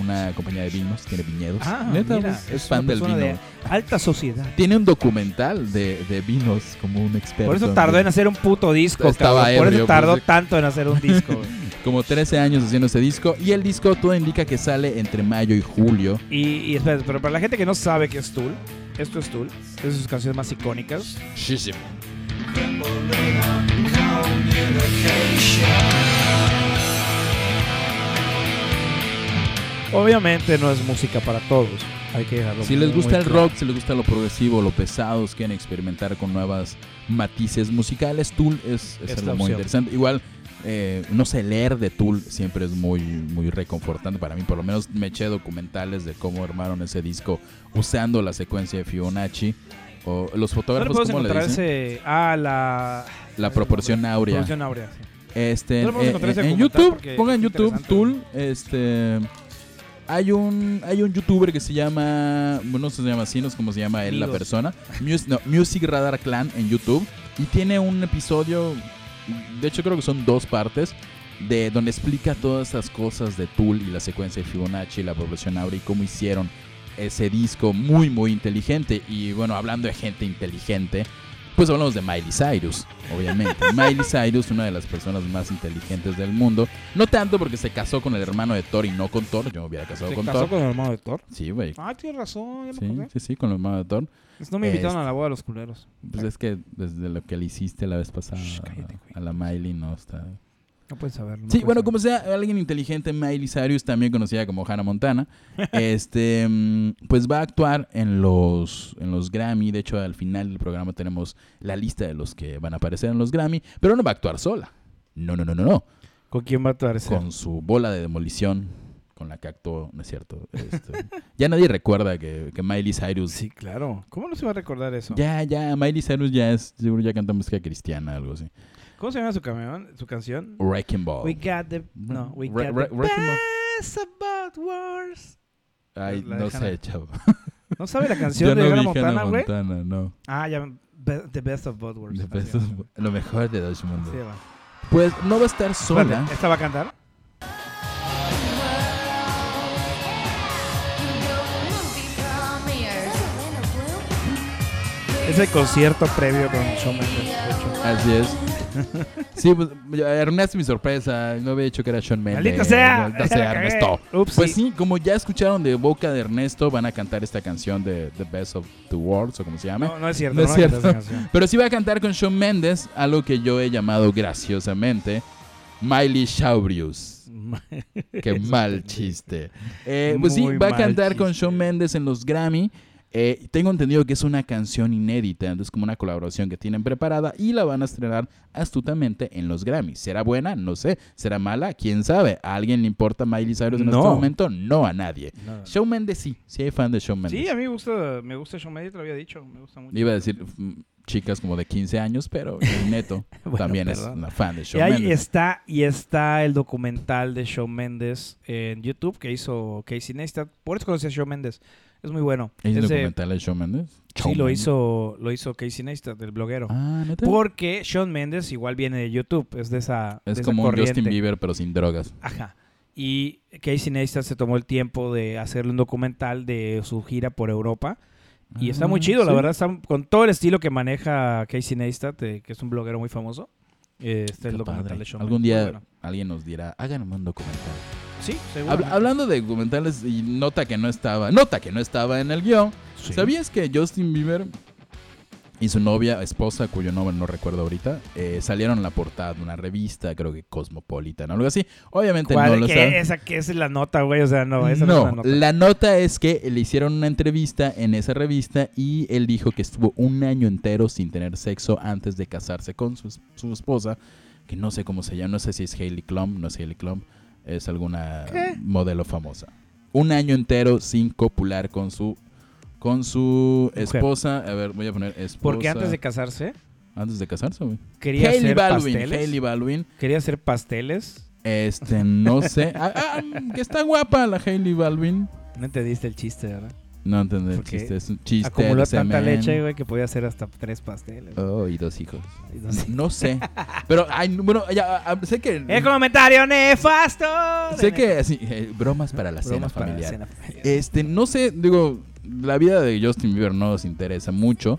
una compañía de vinos, tiene viñedos.
Ah,
Neta,
mira,
es,
es
fan
una
del vino.
persona de alta sociedad.
Tiene un documental de, de vinos como un experto.
Por eso tardó en hacer un puto disco,
Estaba
cabrón. Por eso
ebrio,
tardó
pues.
tanto en hacer un disco. güey.
Como 13 años haciendo ese disco. Y el disco todo indica que sale entre mayo y julio.
y, y espera, pero para la gente que no sabe qué es Tool, esto es Tool, es de sus canciones más icónicas. Obviamente no es música para todos, hay que dejarlo.
Si les
muy
gusta el
claro.
rock, si les gusta lo progresivo, lo pesado, si quieren experimentar con nuevas matices musicales, Tool es, es
Es la
algo muy
opción.
interesante. Igual eh, no sé, leer de Tool siempre es muy, muy reconfortante para mí. Por lo menos me eché documentales de cómo armaron ese disco usando la secuencia de Fibonacci. O los
¿Dónde
fotógrafos,
podemos
pues, ¿cómo le
encontrar
dicen?
ese? Ah, la.
La proporción áurea.
Proporción áurea, sí.
Este,
¿Dónde podemos
eh,
encontrar ese
en, en
documental?
YouTube,
Porque
pongan
es
YouTube
interesante.
Tool, este hay un hay un youtuber que se llama, bueno, no se llama así, no sé cómo se llama él la
Amigos.
persona, Mus- no, Music Radar Clan en YouTube y tiene un episodio de hecho creo que son dos partes de donde explica todas esas cosas de Tool y la secuencia de Fibonacci y la proporción áurea y cómo hicieron ese disco muy muy inteligente y bueno, hablando de gente inteligente, pues hablamos de Miley Cyrus, obviamente. Miley Cyrus, una de las personas más inteligentes del mundo. No tanto porque se casó con el hermano de Thor y no con Thor. Yo me hubiera casado
¿Se
con
casó
Thor.
con el hermano de Thor?
Sí, güey.
Ah, tienes razón, ya me
Sí,
acordé.
sí, sí, con el hermano de Thor.
Pues, No me invitaron
Este.
a la boda de los culeros.
Pues es que desde lo que le hiciste la vez pasada
Shh, cállate, güey.
a la Miley no está.
No puedes saber. no
Sí,
puedes
bueno,
saber.
como sea, alguien inteligente, Miley Cyrus, también conocida como Hannah Montana, este, mm, pues va a actuar en los, en los Grammy. De hecho, al final del programa tenemos la lista de los que van a aparecer en los Grammy, pero no va a actuar sola. No, no, no, no, no.
¿Con quién va a aparecer?
Con su bola de demolición, con la que actuó, no es cierto. este, ya nadie recuerda que, que Miley Cyrus.
Sí, claro. ¿Cómo no se va a recordar eso?
Ya, ya, Miley Cyrus ya es, seguro ya canta música cristiana, algo así.
¿Cómo se llama su, camión, su canción?
Wrecking Ball.
We got the... No, we
Re-
got
re-
the
Wrecking Ball.
best about wars.
Ay,
la de
no sé,
Hannah.
chavo.
¿No sabe la
Yo
canción
no
de Hannah
vi
Montana,
Hannah
güey?
Montana, no.
Ah, ya. be- the best of both worlds.
De
Así
pesos,
va.
lo mejor de dos mundos.
Así va.
Pues no va a estar sola.
Espérate, ¿Esta va a cantar? Es el concierto previo con Shawn Mendes, de hecho.
Así es. sí, pues ya arruinaste mi sorpresa. No había dicho que era Sean Mendes.
¡Maldita sea!
Maldita sea,
La cagué.
Ernesto.
Ups,
Pues
sí.
sí, como ya escucharon de boca de Ernesto, van a cantar esta canción de The Best of the Worlds o como se llama.
No, no es cierto.
No
No,
es
va a cantar
cierto.
esa canción.
Pero sí va a cantar con Shawn Mendes, algo que yo he llamado graciosamente Miley Chaubrius. Qué mal chiste. Eh, pues sí,
Muy
va a
mal
cantar con
chiste.
Shawn Mendes en los Grammy. Eh, tengo entendido que es una canción inédita, entonces como una colaboración que tienen preparada y la van a estrenar astutamente en los Grammy. ¿Será buena? No sé. ¿Será mala? ¿Quién sabe? ¿A alguien le importa Miley Cyrus en
No.
este momento? No a nadie.
No.
Shawn Mendes sí, sí hay fan de Shawn Mendes.
Sí, a mí me gusta, me gusta Shawn Mendes, te lo había dicho. Me gusta mucho.
Iba a decir mm, chicas como de 15 años, pero mi neto
Bueno,
también es
perdón.
una fan de
Y
Shawn
ahí
Mendes.
está, y está el documental de Shawn Mendes en YouTube que hizo Casey Neistat. Por eso conocí a Shawn Mendes. Es muy bueno.
¿Es
Ese-
un documental de Shawn Mendes?
sí,
Shawn
lo
Mendes.
hizo, lo hizo Casey Neistat, el bloguero.
Ah, ¿neta?
Porque Shawn Mendes igual viene de YouTube. Es de esa, de
Es
esa
como un
corriente.
Justin Bieber, pero sin drogas.
Ajá. Y Casey Neistat se tomó el tiempo de hacerle un documental de su gira por Europa. Y está muy
Ah,
chido, la
sí.
verdad, está con todo el estilo que maneja Casey Neistat, eh, que es un bloguero muy famoso. eh, está el
Qué
documental
padre.
de Shawn
Algún
Mendes.
día
Muy bueno.
alguien nos dirá, háganme un documental.
Sí, seguro.
Habla- hablando de documentales, y nota que no estaba, nota que no estaba en el guión.
Sí.
¿Sabías que Justin Bieber y su novia, esposa, cuyo nombre no recuerdo ahorita, eh, salieron en la portada de una revista, creo que Cosmopolitan o algo así? Obviamente
¿Cuál?
no lo
¿Qué?
saben.
Esa que es la nota, güey. O sea, no, esa no,
no,
es la nota.
la nota es que le hicieron una entrevista en esa revista y él dijo que estuvo un año entero sin tener sexo antes de casarse con su, su esposa, que no sé cómo se llama, no sé si es Hailey Klum, no es Hailey Klum, es alguna modelo famosa. Un año entero sin copular con su con su
Mujer.
esposa, a ver, voy a poner esposa.
Porque antes de casarse,
antes de casarse, güey.
quería
Hailey
hacer
Baldwin,
pasteles.
Hailey Baldwin.
Quería hacer pasteles.
Este, no sé, Ah, ah, que está guapa la Hailey Baldwin.
No entendiste el chiste, ¿verdad?
No entendí el
Porque
chiste, es un chiste.
Acumuló
de
tanta
semen.
leche, güey, que podía hacer hasta tres pasteles.
Oh, y dos hijos.
Y no sé. Eh,
No sé. Pero, ay, bueno, ya, ah, sé que.
El comentario nefasto.
Sé que. sí, eh, bromas para la cena
Bromas para la
familiar.
cena familiar.
Este, no sé, digo, la vida de Justin Bieber no nos interesa mucho.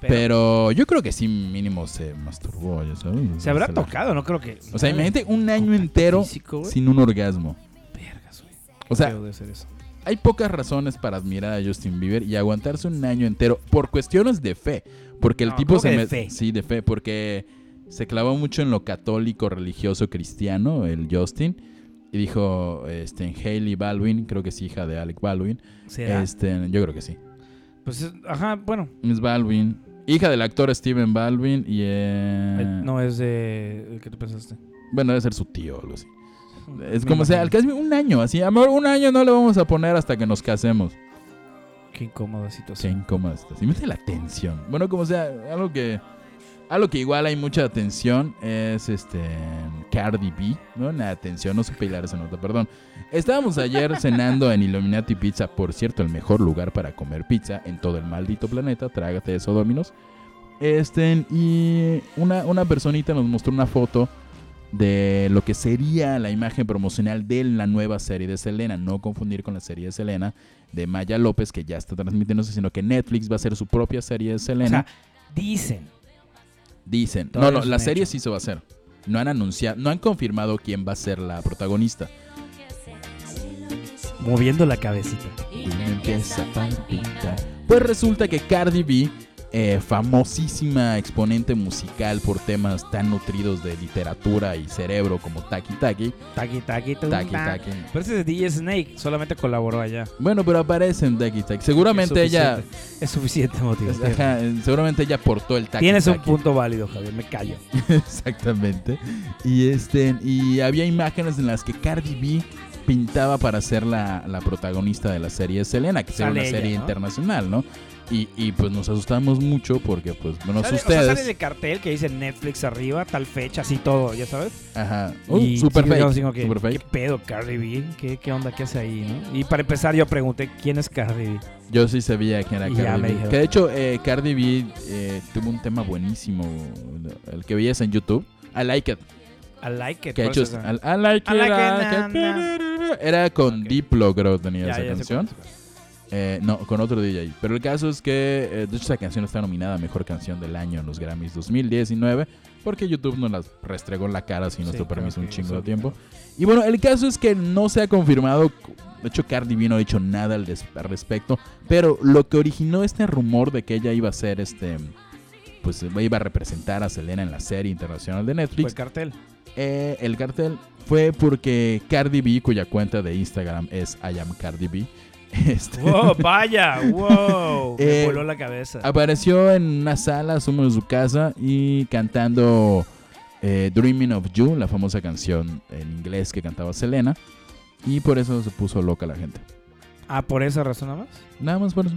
Pero, yo creo que sí, mínimo se masturbó, ya sabes.
se habrá
la-
tocado, no creo que.
O sea, imagínate un año
Contacto
entero
físico, güey.
sin un orgasmo.
Vergas, güey.
O sea,
Debe ser eso.
hay pocas razones para admirar a Justin Bieber y aguantarse un año entero por cuestiones de fe. Porque el
No,
tipo
¿cómo
se
que de
me-
fe?
Sí, de fe, porque se clavó mucho en lo católico, religioso, cristiano, el Justin. Y dijo, este, en Hailey Baldwin, creo que es hija de Alec Baldwin.
Será.
Este, yo creo que sí.
Pues, es- ajá, bueno.
Miss Baldwin, hija del actor Steven Baldwin y... eh,
el- no es de. ¿Qué tú pensaste?
Bueno, debe ser su tío o algo así. Es como sea, al casi un año, así. Amor, un año no le vamos a poner hasta que nos casemos.
Qué incómoda
Qué
situación.
incómoda estás. Y mete la tensión. Bueno, como sea, algo que. Algo que igual hay mucha tensión es este. Cardi B, ¿no? La tensión, no supe hilar esa nota, perdón. Estábamos ayer cenando en Illuminati Pizza, por cierto, el mejor lugar para comer pizza en todo el maldito planeta. Trágate eso, Dominos. Este, y una, una personita nos mostró una foto de lo que sería la imagen promocional de la nueva serie de Selena. No confundir con la serie de Selena de Maya López, que ya está transmitiéndose, sino que Netflix va a hacer su propia serie de
O
Selena.
sea, dicen.
Dicen. No,
todavía
no,
es
la
un
serie
hecho.
sí se va a hacer. No han anunciado, no han confirmado quién va a ser la protagonista.
Moviendo la cabecita.
Y me empieza a palpitar. Pues resulta que Cardi B, eh, famosísima exponente musical por temas tan nutridos de literatura y cerebro como Taki Taki,
Taqui, taqui, taqui.
Taki Taki.
Pero ese es DJ Snake, solamente colaboró allá.
Bueno, pero aparece en Taki Taki. Seguramente
Es
ella,
suficiente- Es suficiente motivo.
ajá, seguramente ella aportó el Taki
Tienes un
Taki.
punto válido, Javier. Me callo.
Exactamente. Y este, y había imágenes en las que Cardi B pintaba para ser la, la protagonista de la serie Selena, que será
Sale
una
ella,
serie
¿no?
internacional, ¿no? Y, y, pues nos asustamos mucho porque pues bueno,
Sale- o sea,
ustedes.
sale el cartel que dice Netflix arriba, tal fecha, así todo, ya sabes.
Ajá. Uh,
Y
super
sí,
fake.
digamos, digo que,
super fake.
¿Qué pedo, Cardi B? ¿Qué, qué onda que hace ahí? no? Y para empezar, yo pregunté, ¿quién es Cardi B?
Yo sí sabía quién era
Y ya
Cardi
me
B.
dijeron.
Que de hecho, eh, Cardi B eh, tuvo un tema buenísimo, el que veías en YouTube. I like it.
I like it. pues,
Que ha
¿cuál
hecho.
es esa?
I, I like
I
it.
like
I
it,
like it. Era con
Ok.
Diplo, creo, tenía
Ya,
esa
ya sé
canción.
cuál es.
Eh, no, con otro DJ. Pero el caso es que, eh, de hecho, esa canción está nominada a Mejor Canción del Año en los Grammys 2019, porque YouTube nos las restregó en la cara sin
Sí,
nuestro
creo
permiso un
que
chingo
eso-
de tiempo. Y bueno, el caso es que no se ha confirmado, de hecho Cardi B no ha dicho nada al, des- al respecto, pero lo que originó este rumor de que ella iba a ser este... Pues iba a representar a Selena en la serie internacional de
Fue el
Netflix.
cartel.
Eh, el cartel fue porque Cardi B, cuya cuenta de Instagram es I am Cardi B, este,
¡Wow, vaya! ¡Wow! Me
Eh,
voló la cabeza.
Apareció en una sala, asumo de su casa, y cantando eh, Dreaming of You, la famosa canción en inglés que cantaba Selena. Y por eso se puso loca la gente.
Ah, ¿por esa razón nada más?
Nada más por eso.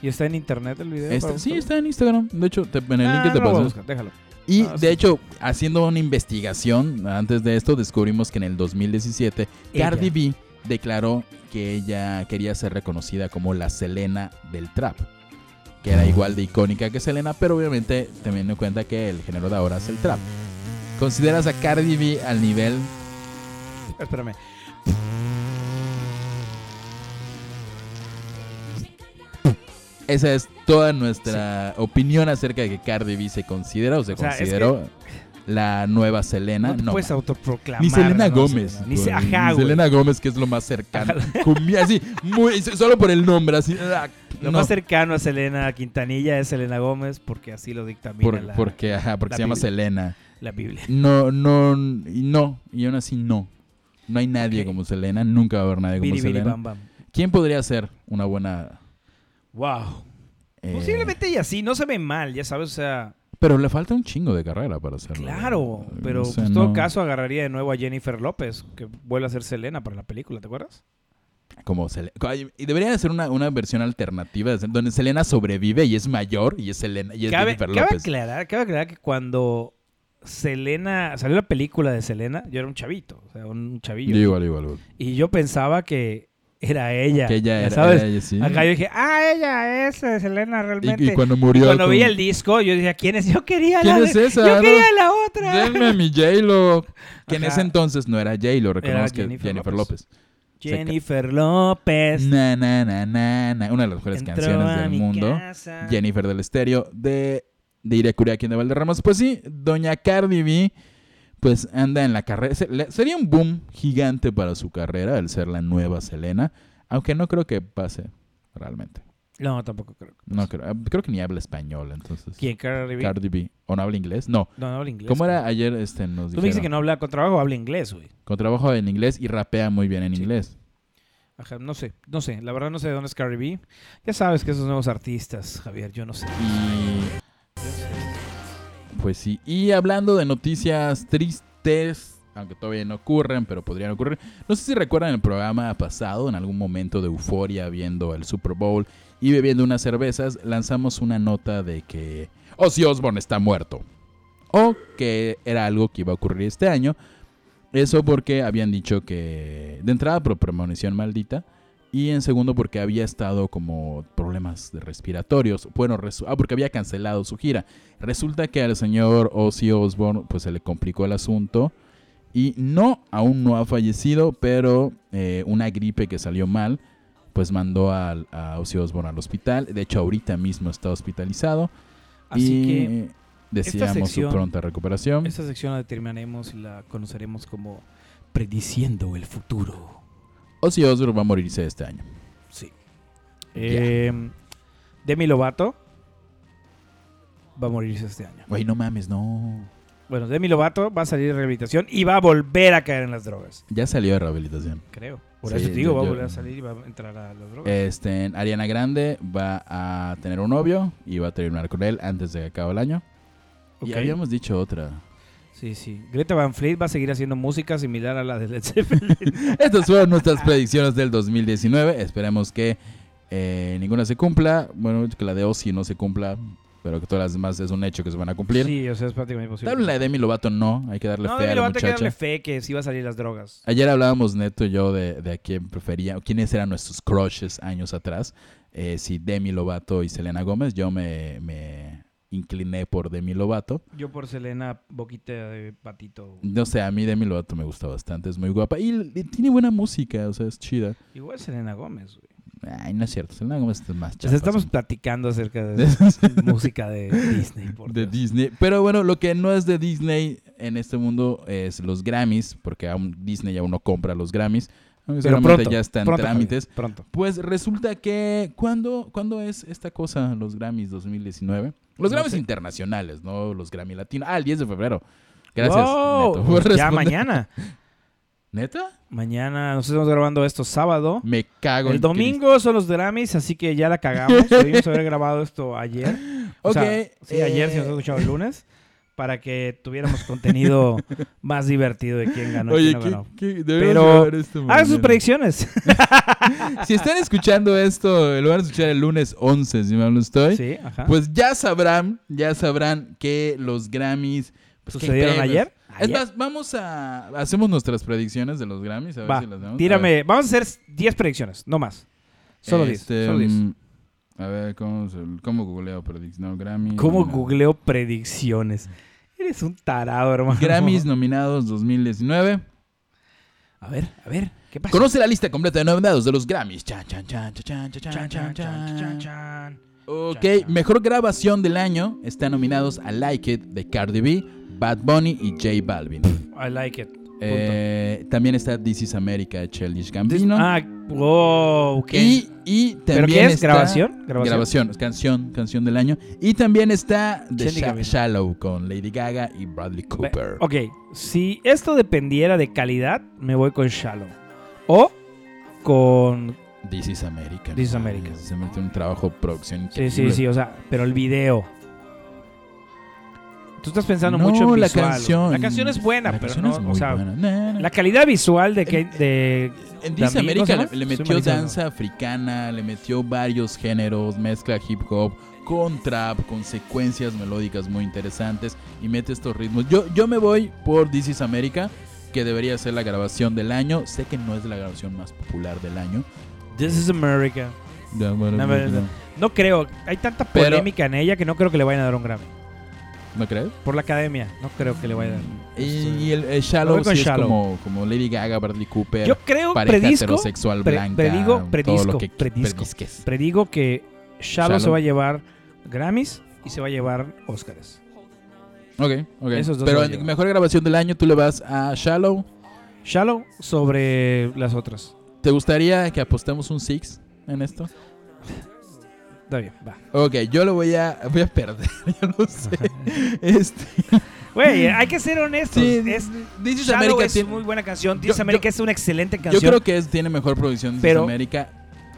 ¿Y está en internet el video?
Está-
para
sí,
buscarlo?
está en Instagram. De hecho, te- en el link
Ah,
que te
no lo voy a
paso.
buscar, déjalo.
Y
Ah, sí.
de hecho, haciendo una investigación antes de esto, descubrimos que en el 2017
Ella.
Cardi B declaró que ella quería ser reconocida como la Selena del trap, que
Ah.
era igual de icónica que Selena, pero obviamente teniendo en cuenta que el género de ahora es el trap. ¿Consideras a Cardi B al nivel?
Espérame.
Esa es toda nuestra opinión acerca de que Cardi B se considera o se
O sea, es
consideró la nueva Selena.
No te
No,
puedes autoproclamar.
Ni Selena
¿no?
Gómez.
Ni se-
güey.
ajá,
Ni
güey.
Selena Gómez, que es lo más cercano. Cumbia, así, muy, solo por el nombre, así. ah,
Lo
no.
más cercano a Selena Quintanilla es Selena Gómez porque así lo dictamina
Por-
la,
porque, ajá, porque
la
se llama
Biblia.
Selena.
la Biblia.
No, no, y no. Y aún así, no. No hay nadie
Ok.
como Selena. Nunca va a haber nadie como
Biri, biri,
Selena.
bam, bam.
¿Quién podría ser una buena.
Wow.
eh,
Posiblemente y así, no se ve mal, ya sabes, o sea,
Pero le falta un chingo de carrera para hacerlo.
claro,
Eh,
pero pues,
no sé,
en todo
no.
caso agarraría de nuevo a Jennifer López, que vuelve a ser Selena para la película, ¿te acuerdas?
Como Selena. Y debería hacer una, una versión alternativa de- donde Selena sobrevive y es mayor y es Selena y es
Cabe,
Jennifer
cabe
López.
aclarar, cabe aclarar que cuando Selena, salió la película de Selena, yo era un chavito, o sea, un chavillo.
Yo igual, igual, igual.
Y yo pensaba que era ella.
Que ella
ya
era.
¿sabes?
era ella, sí.
Acá yo dije, ah, ella es eh, Selena
Y-
realmente.
y, cuando murió.
Cuando
con-
vi el disco, yo decía, ¿quién es? Yo quería
¿Quién
la
es
de-
esa,
Yo
no?
quería la otra.
Denme a mi J-Lo. Que en
Ajá.
ese entonces no era J-Lo, reconozco que
Jennifer
Jennifer, López.
López. Jennifer López.
Na, na, na, na, na. Una de las mejores
entró
canciones
a
del
mi
mundo.
casa.
Jennifer del Estéreo, de, de Irekuri aquí de Valderramas. Pues sí, Doña Cardi B, pues anda en la carrera. se- le- Sería un boom gigante para su carrera el ser la nueva Selena. Aunque no creo que pase realmente.
No, tampoco creo.
No creo. ah, Creo que ni habla español, entonces.
Pues ¿Quién? Cardi B.
Cardi B. ¿O no habla inglés? No.
no, no habla inglés.
¿Cómo era
güey.
ayer? Este, nos
Tú me dices
dijeron?
que no habla con trabajo, habla inglés, güey.
Con trabajo en inglés y rapea muy bien en
Sí.
inglés.
Ajá, no sé, no sé. La verdad no sé de dónde es Cardi B. Ya sabes que esos nuevos artistas, Javier, yo no sé.
Y. Pues sí. Y hablando de noticias tristes. aunque todavía no ocurren, pero podrían ocurrir. No sé si recuerdan el programa pasado, en algún momento de euforia viendo el Super Bowl y bebiendo unas cervezas, lanzamos una nota de que Ozzy Osbourne está muerto. O que era algo que iba a ocurrir este año. Eso porque habían dicho que, de entrada, por premonición maldita. Y en segundo, porque había estado como problemas de respiratorios. Bueno, resu- ah, porque había cancelado su gira. Resulta que al señor Ozzy Osbourne pues, se le complicó el asunto. Y no, aún no ha fallecido, pero eh, una gripe que salió mal, pues mandó al- a Ozzy Osbourne al hospital. De hecho, ahorita mismo está hospitalizado.
Así
y
que
deseamos
sección-
su pronta recuperación.
esta sección la determinaremos y la conoceremos como prediciendo el futuro.
Ozzy Osbourne va a morirse este año.
Sí.
Eh, Demi Lovato va a morirse este año.
Güey, no mames, no.
Bueno, Demi Lovato va a salir de rehabilitación y va a volver a caer en las drogas.
Ya salió de rehabilitación.
Creo. Por
Sí,
eso te digo,
yo-
va a
yo-
volver a salir y va a entrar a las drogas.
Este, Ariana Grande va a tener un novio y va a terminar con él antes de que acabe el año. Y
Ok.
habíamos dicho otra.
Sí, sí. Greta Van Fleet va a seguir haciendo música similar a la de Led Zeppelin.
Estas fueron nuestras predicciones del 2019. Esperemos que eh, ninguna se cumpla. Bueno, que la de Ozzy no se cumpla, pero que todas las demás es un hecho que se van a cumplir.
sí, o sea, es prácticamente imposible.
Tal vez la de Demi Lovato no, hay que darle
no,
fe
Demi
a la
Lovato hay que
muchacha.
darle fe que sí va a salir las drogas.
Ayer hablábamos Neto y yo de, de a quién prefería, o quiénes eran nuestros crushes años atrás. Eh, si Demi Lovato y Selena Gómez, yo me, me incliné por Demi Lovato.
Yo por Selena, boquita de patito.
No sé, a mí Demi Lovato me gusta bastante, es muy guapa y, l- tiene buena música, o sea, es chida.
Igual Selena Gómez, güey.
Ay, no es cierto, Selena Gómez es más
Pues
chida.
estamos platicando acerca de música de Disney. Por
de
Dios.
Disney. Pero bueno, lo que no es de Disney en este mundo es los Grammys, porque aún Disney aún no compra los Grammys. Aunque
Pero
seguramente
pronto,
ya están
pronto,
trámites.
Javier, pronto.
Pues resulta que ¿cuándo, ¿cuándo es esta cosa, los Grammys 2019? Los
No
Grammys
sé.
internacionales, no los Grammy latinos. Ah, el 10 de febrero. Gracias.
Wow,
Neto, por
ya
responder.
mañana.
¿Neta?
Mañana, nosotros estamos grabando esto sábado.
Me cago
El
en
domingo son los Grammys, así que ya la cagamos. Debimos haber grabado esto ayer.
Cristo.
O
Ok.
sea, sí, ayer,
eh,
si nos has escuchado el lunes, para que tuviéramos contenido más divertido de quién ganó y
Oye,
quién no
¿qué,
ganó.
qué- deberíamos
Pero-
grabar esto
Hagan sus
mañana.
predicciones.
Si están escuchando esto, lo van a escuchar el lunes 11, si mal no estoy.
sí, ajá.
Pues ya sabrán, ya sabrán que los Grammys pues, qué
¿Sucedieron
pedos.
ayer?
Es
Ayer.
más, vamos a. Hacemos nuestras predicciones de los Grammys. A ver
Va,
si las vemos. A ver.
tírame. Vamos a hacer 10 predicciones, no más. Solo 10.
Este,
solo 10.
mm, A ver, ¿cómo, se- cómo googleo predicción? No, Grammys.
¿Cómo
nominados.
googleo predicciones? Eres un tarado, hermano.
Grammys nominados 2019.
A ver, a ver.
¿Qué pasa?
Conoce la lista completa de nominados de los Grammys. Chan, chan, chan, chan, chan, chan,
Chan, chan, chan, chan,
chan.
chan.
Ok,
chan, chan.
mejor grabación del año. Están nominados a Like It de Cardi B, Bad Bunny y J Balvin.
I like it.
Eh, también está This is America de Childish Gambino.
Ah, wow, ok.
Y, y también
¿Pero qué es?
está-
¿Grabación? ¿Grabación?
Grabación, canción, canción del año. Y también está The
Childish
Sha-
Gambino.
Shallow con Lady Gaga y Bradley
Ve- oh.
Cooper.
Ok, si esto dependiera de calidad, me voy con Shallow. O con...
This is America.
This is America.
Se mete un trabajo de producción
Sí,
increíble.
sí, sí, o sea, pero el video. Tú estás pensando
No,
mucho en
la
visual.
canción.
La canción es buena,
La
pero
canción
no,
es muy
o sea,
buena. Na, na.
la calidad visual de... que- de
en This is
Dami- ¿cómo se
America
llama?
Eh, le, le
Soy
metió
malísimo.
danza africana, le metió varios géneros, mezcla hip hop con trap, con secuencias melódicas muy interesantes y mete estos ritmos. Yo, yo me voy por This is America, que debería ser la grabación del año. Sé que no es la grabación más popular del año.
This is America.
Ya, bueno,
No, pero-
no-
No creo, hay tanta
Pero-
polémica en ella que no creo que le vayan a dar un Grammy.
¿No crees?
Por la academia, no creo que le vayan a dar.
Y,
Estoy-
y el, el
Me
Shallow
voy con
sí es
Shallow.
como, como Lady Gaga, Bradley Cooper.
Yo creo,
pareja
predisco,
heterosexual
pre-
blanca.
predigo-
todo
predisco,
lo que
predisco.
predisques.
predigo que Shallow,
Shallow.
se va a llevar Grammys y se va a llevar Oscars.
Ok, ok.
Esos dos
Pero
me
en
llegan.
mejor grabación del año tú le vas a Shallow.
Shallow sobre las otras.
¿Te gustaría que apostemos un six en esto?
Está bien, va.
Ok, yo lo voy a, voy a perder, yo no sé. Este,
Güey, hay que ser honestos.
Mm. sí,
es,
This is
Shallow
America
es
tiene-
muy buena canción. This
Yo-
America es una excelente
yo
canción.
creo que es- tiene mejor producción de
Pero-
América.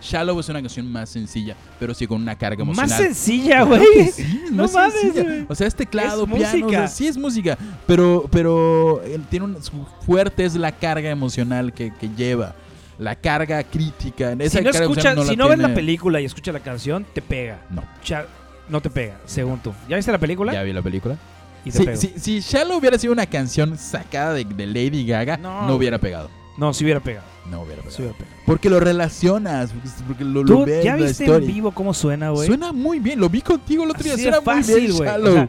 Shallow es una canción más sencilla, pero sí con una carga emocional.
Más sencilla,
Claro
güey.
que sí, es
No
más
mames,
sencilla.
güey.
O sea, es teclado,
Es
piano, o sea,
música.
sí es música, pero, pero eh, tiene un, su fuerte es la carga emocional que, que lleva. La carga crítica. Esa
si no,
carga emocional
escuchas, si
la
no ves la
tiene-
película y escuchas la canción, te pega.
No.
Cha- no te pega, según tú. ¿Ya viste la película?
¿Ya vi la película?
Y te
Si,
pega.
si, si Shallow hubiera sido una canción sacada de, de Lady Gaga, no,
No.
hubiera pegado.
No, si hubiera pegado.
No hubiera pegado.
sí hubiera pegado.
Porque lo relacionas, porque- porque lo, lo
¿Tú
ves
ya
la
viste en
historia.
vivo cómo suena, güey?
Suena muy bien, lo vi contigo el otro día,
Así de
suena muy
fácil,
bien
güey. O
Shallow.
sea,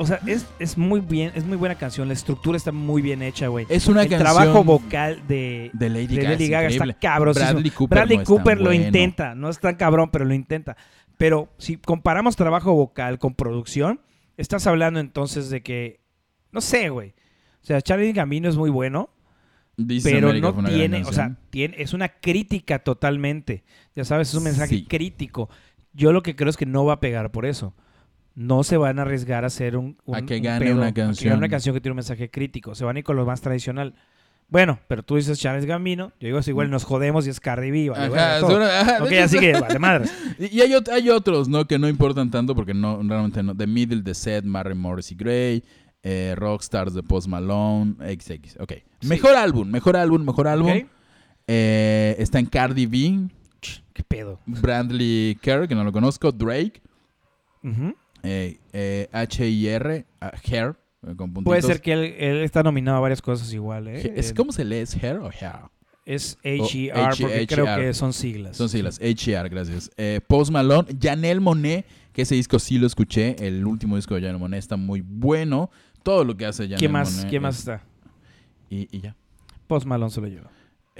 O sea, es, es muy bien, es muy buena canción. La estructura está muy bien hecha, güey.
es una
El
canción
trabajo vocal de,
de Lady
de
Gaga,
Lady
es
Gaga
increíble.
está cabrosísimo.
Bradley Cooper,
Bradley
no es tan
Cooper lo
bueno.
intenta, no es tan cabrón, pero lo intenta. Pero si comparamos trabajo vocal con producción, estás hablando entonces de que, no sé, güey. O sea, Charlie Gambino es muy bueno,
Dice
pero
América fue
no
una gran
tiene, o sea,
canción.
tiene, es una crítica totalmente. Ya sabes, es un mensaje
Sí.
crítico. Yo lo que creo es que no va a pegar por eso. No se van a arriesgar a hacer un, un-
A que
un
gane
pedo,
una
a que gane
canción.
una canción que tiene un mensaje crítico. Se van a ir con lo más tradicional. Bueno, pero tú dices Charles Gambino, yo digo es igual nos jodemos y es Cardi B, vale, verga
Mm. Ajá,
todo.
suena- ajá, de
Ok,
hecho,
así que vale madres.
Y y hay, ot- hay otros, ¿no? Que no importan tanto porque no, realmente no. The Middle, The Set, Mary Morrissey Gray, eh, Rockstars de Post Malone, XX. Ok. Mejor álbum, mejor álbum, mejor álbum.
Ok.
Eh, está en Cardi B,
¿Qué pedo?
Bradley Kerr, que no lo conozco, Drake,
Ujú.
eh, eh, H-I-R, ah, Hair, eh, con puntitos.
Puede ser que él, él está nominado a varias cosas igual, ¿eh?
Ge- ¿Es,
Eh,
¿Cómo se lee? ¿Es Hair o Hair?
es
O
H.E.R. porque
H.E.R..
creo que son siglas.
Son siglas, H-E-R, gracias. Eh, Post Malone, Janelle Monet, que ese disco sí lo escuché, el último disco de Janelle Monet está muy bueno. Todo lo que hace Janelle
¿Quién más,
Monáe
¿Quién más
es-
está?
Y, y ya.
Post Malone se lo lleva.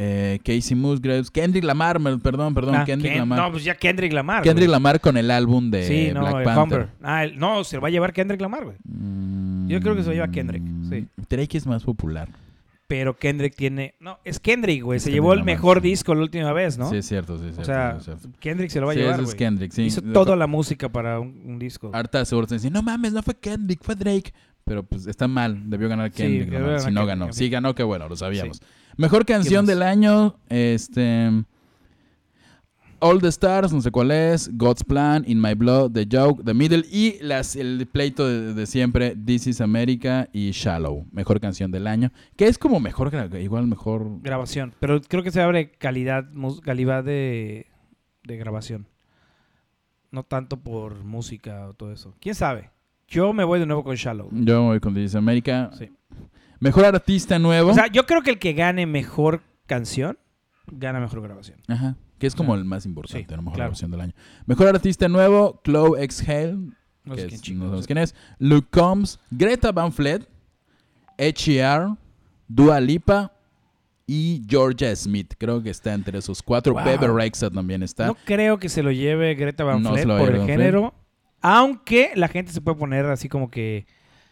Eh, Casey Musgraves, Kendrick Lamar, me- perdón, perdón,
Ah,
Kendrick
Ken-
Lamar.
No, pues ya Kendrick Lamar.
Kendrick
güey.
Lamar con el álbum de
Sí, no,
Black
el
Panther.
Humber. Ah, el- no, se lo va a llevar Kendrick Lamar, güey.
Mm,
Yo creo que se lo lleva Kendrick, sí.
Drake es más popular.
Pero Kendrick tiene. No, es Kendrick, güey.
Es
Se
Kendrick
llevó el
Lamar,
mejor
sí.
disco la última vez, ¿no?
Sí, es cierto, sí, es cierto.
o sea,
sí, es cierto.
Kendrick se lo va a
Sí,
llevar.
ese es
güey.
Kendrick, Ah. sí.
Hizo toda la música para un, un disco.
Harta seguro te dice, no mames, no fue Kendrick, fue Drake. Pero pues está mal, debió ganar
Sí,
Kendrick,
debió
no mames,
ganar
si no
Kendrick,
ganó.
en
Sí
fin.
ganó, qué bueno, lo sabíamos. Mejor canción
más?
del año, este... All the Stars, no sé cuál es, God's Plan, In My Blood, The Joke, The Middle y las, el pleito de, de siempre, This is America y Shallow, mejor canción del año, que es como mejor, gra- igual mejor...
Grabación. Pero creo que se abre calidad, mus- calidad de, de grabación. No tanto por música o todo eso. ¿Quién sabe? Yo me voy de nuevo con Shallow.
Yo voy con This is America.
Sí.
Mejor artista nuevo.
O sea, yo creo que el que gane mejor canción, gana mejor grabación.
Ajá. Que es como
sea,
el más importante,
sí,
a lo mejor la
claro.
versión del año. Mejor artista nuevo, Chloe Exhale,
No
que
sé
es-
quién chingo,
no
no
sabemos
sé.
quién es, Luke Combs, Greta Van Fleet, H.E.R., Dua Lipa y Georgia Smith. Creo que está entre esos cuatro.
Wow.
Bebe Rexha también está.
No creo que se lo lleve Greta Van
No se
Fleet
lo va a
por el
llevar Van Fleet.
género. Aunque la gente se puede poner así como que.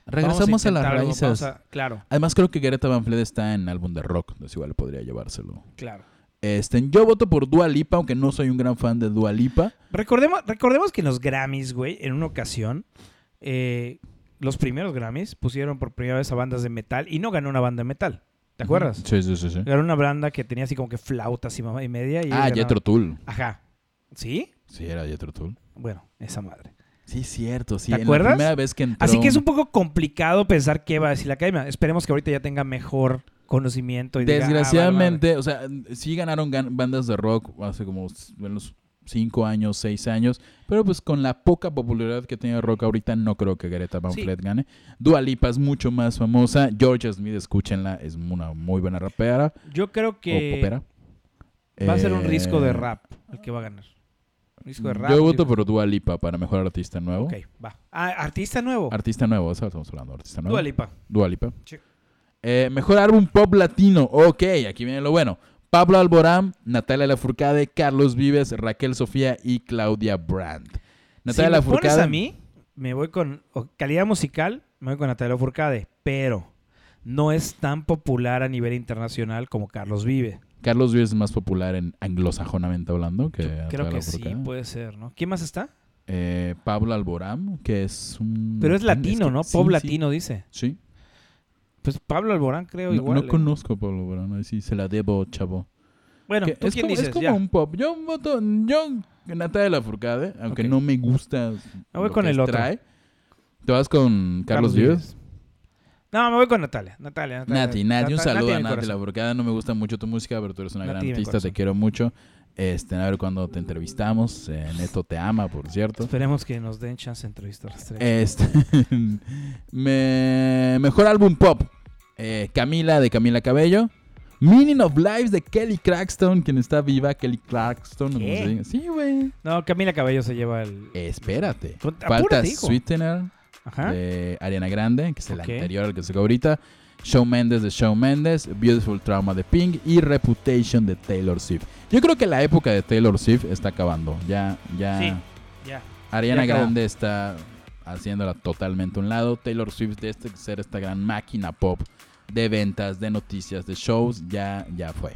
Regresamos a,
intentar
las
algo,
raíces.
vamos a- claro,
Además, creo que Greta Van Fleet está en álbum de rock. Entonces, igual podría llevárselo.
claro.
Este, yo voto por Dua Lipa, aunque no soy un gran fan de Dua Lipa.
Recordemos, recordemos que en los Grammys, güey, en una ocasión, eh, los primeros Grammys pusieron por primera vez a bandas de metal y no ganó una banda de metal. ¿Te acuerdas?
Sí, sí, sí. sí.
Ganó una banda que tenía así como que flautas y mamá y media. Y
Ah,
ganaba-
Jethro Tull.
Ajá. ¿Sí?
Sí, era Jethro Tull.
Bueno, esa madre.
Sí, cierto, sí.
¿Te
en
acuerdas?
La primera vez que entró.
Así que es un poco complicado pensar qué va a decir la academia. Esperemos que ahorita ya tenga mejor conocimiento. Y diga, ah, vale,
Desgraciadamente, o sea, sí ganaron gan- bandas de rock hace como s- unos 5 años, 6 años, pero pues con la poca popularidad que tiene el rock ahorita, no creo que Greta Van
Sí.
Fleet gane. Dua Lipa es mucho más famosa. Georgia Smith, escúchenla, es una muy buena rapera
vale. Yo creo
o
que
popera.
va a ser un
Eh,
disco de rap el que va a ganar. Un disco de rap.
Yo voto
digo.
por Dua Lipa para mejor artista nuevo.
Ok, va. Ah, artista nuevo.
Artista nuevo, eso estamos hablando, artista nuevo.
Dua Lipa.
Dua Lipa.
Sí.
Eh, mejor álbum pop latino. Ok, aquí viene lo bueno. Pablo Alborán, Natalia Lafourcade, Carlos Vives, Raquel Sofía y Claudia Brandt. Natalia
si me
Lafourcade.
pones a mí, me voy con o- calidad musical, me voy con Natalia Furcade, pero no es tan popular a nivel internacional como Carlos Vive.
Carlos Vives es más popular en anglosajonamente hablando que
Creo
Eh, Natalia
que sí, pues.
Lafourcade.
puede ser, ¿no? ¿Quién más está?
Eh, Pablo Alborán, que es un.
Pero es latino,
que-
¿no?
sí,
Pop
sí.
latino, dice.
Sí.
Pues Pablo Alborán creo
No,
igual.
no
¿eh?
conozco a Pablo Alborán, ahí sí, se la debo, chavo.
Bueno,
Que
¿tú
es,
quién
como, es
dices?
como
Ya.
un pop. Yo voto. Yo, Natalia Lafourcade, aunque
Ok.
no me gusta.
Me voy
lo
con
que
el otro.
trae. ¿Te vas con Carlos Vives?
No, me voy con Natalia. Natalia, Natalia.
Nati, Nati, un
Nat-
saludo
en
a
mi
Nati
corazón.
Lafourcade. No me gusta mucho tu música, pero tú eres una
Nati en
gran
mi
artista. Te
corazón.
quiero mucho. Este, a ver cuando te entrevistamos. Eh, Neto te ama, por cierto.
Esperemos que nos den chance de entrevistar a las tres.
Este, me- mejor álbum pop. eh, Camila de Camila Cabello. Meaning of Lives de Kelly Clarkson, quien está viva, Kelly Clarkson. o como
¿Qué?
se diga. Sí, güey.
No, Camila Cabello se lleva el...
Espérate.
Con-
Eh, Falta
apúrate, hijo.
Sweetener
Ajá.
de Ariana Grande, que es el
Ok.
anterior al que se ahorita. Shawn Mendes de Shawn Mendes, Beautiful Trauma de Pink y Reputation de Taylor Swift. Yo creo que la época de Taylor Swift está acabando. Ya, ya.
Sí, ya.
Ariana
Ya acabó.
Grande está haciéndola totalmente a un lado. Taylor Swift de este ser esta gran máquina pop de ventas, de noticias, de shows, ya, ya fue.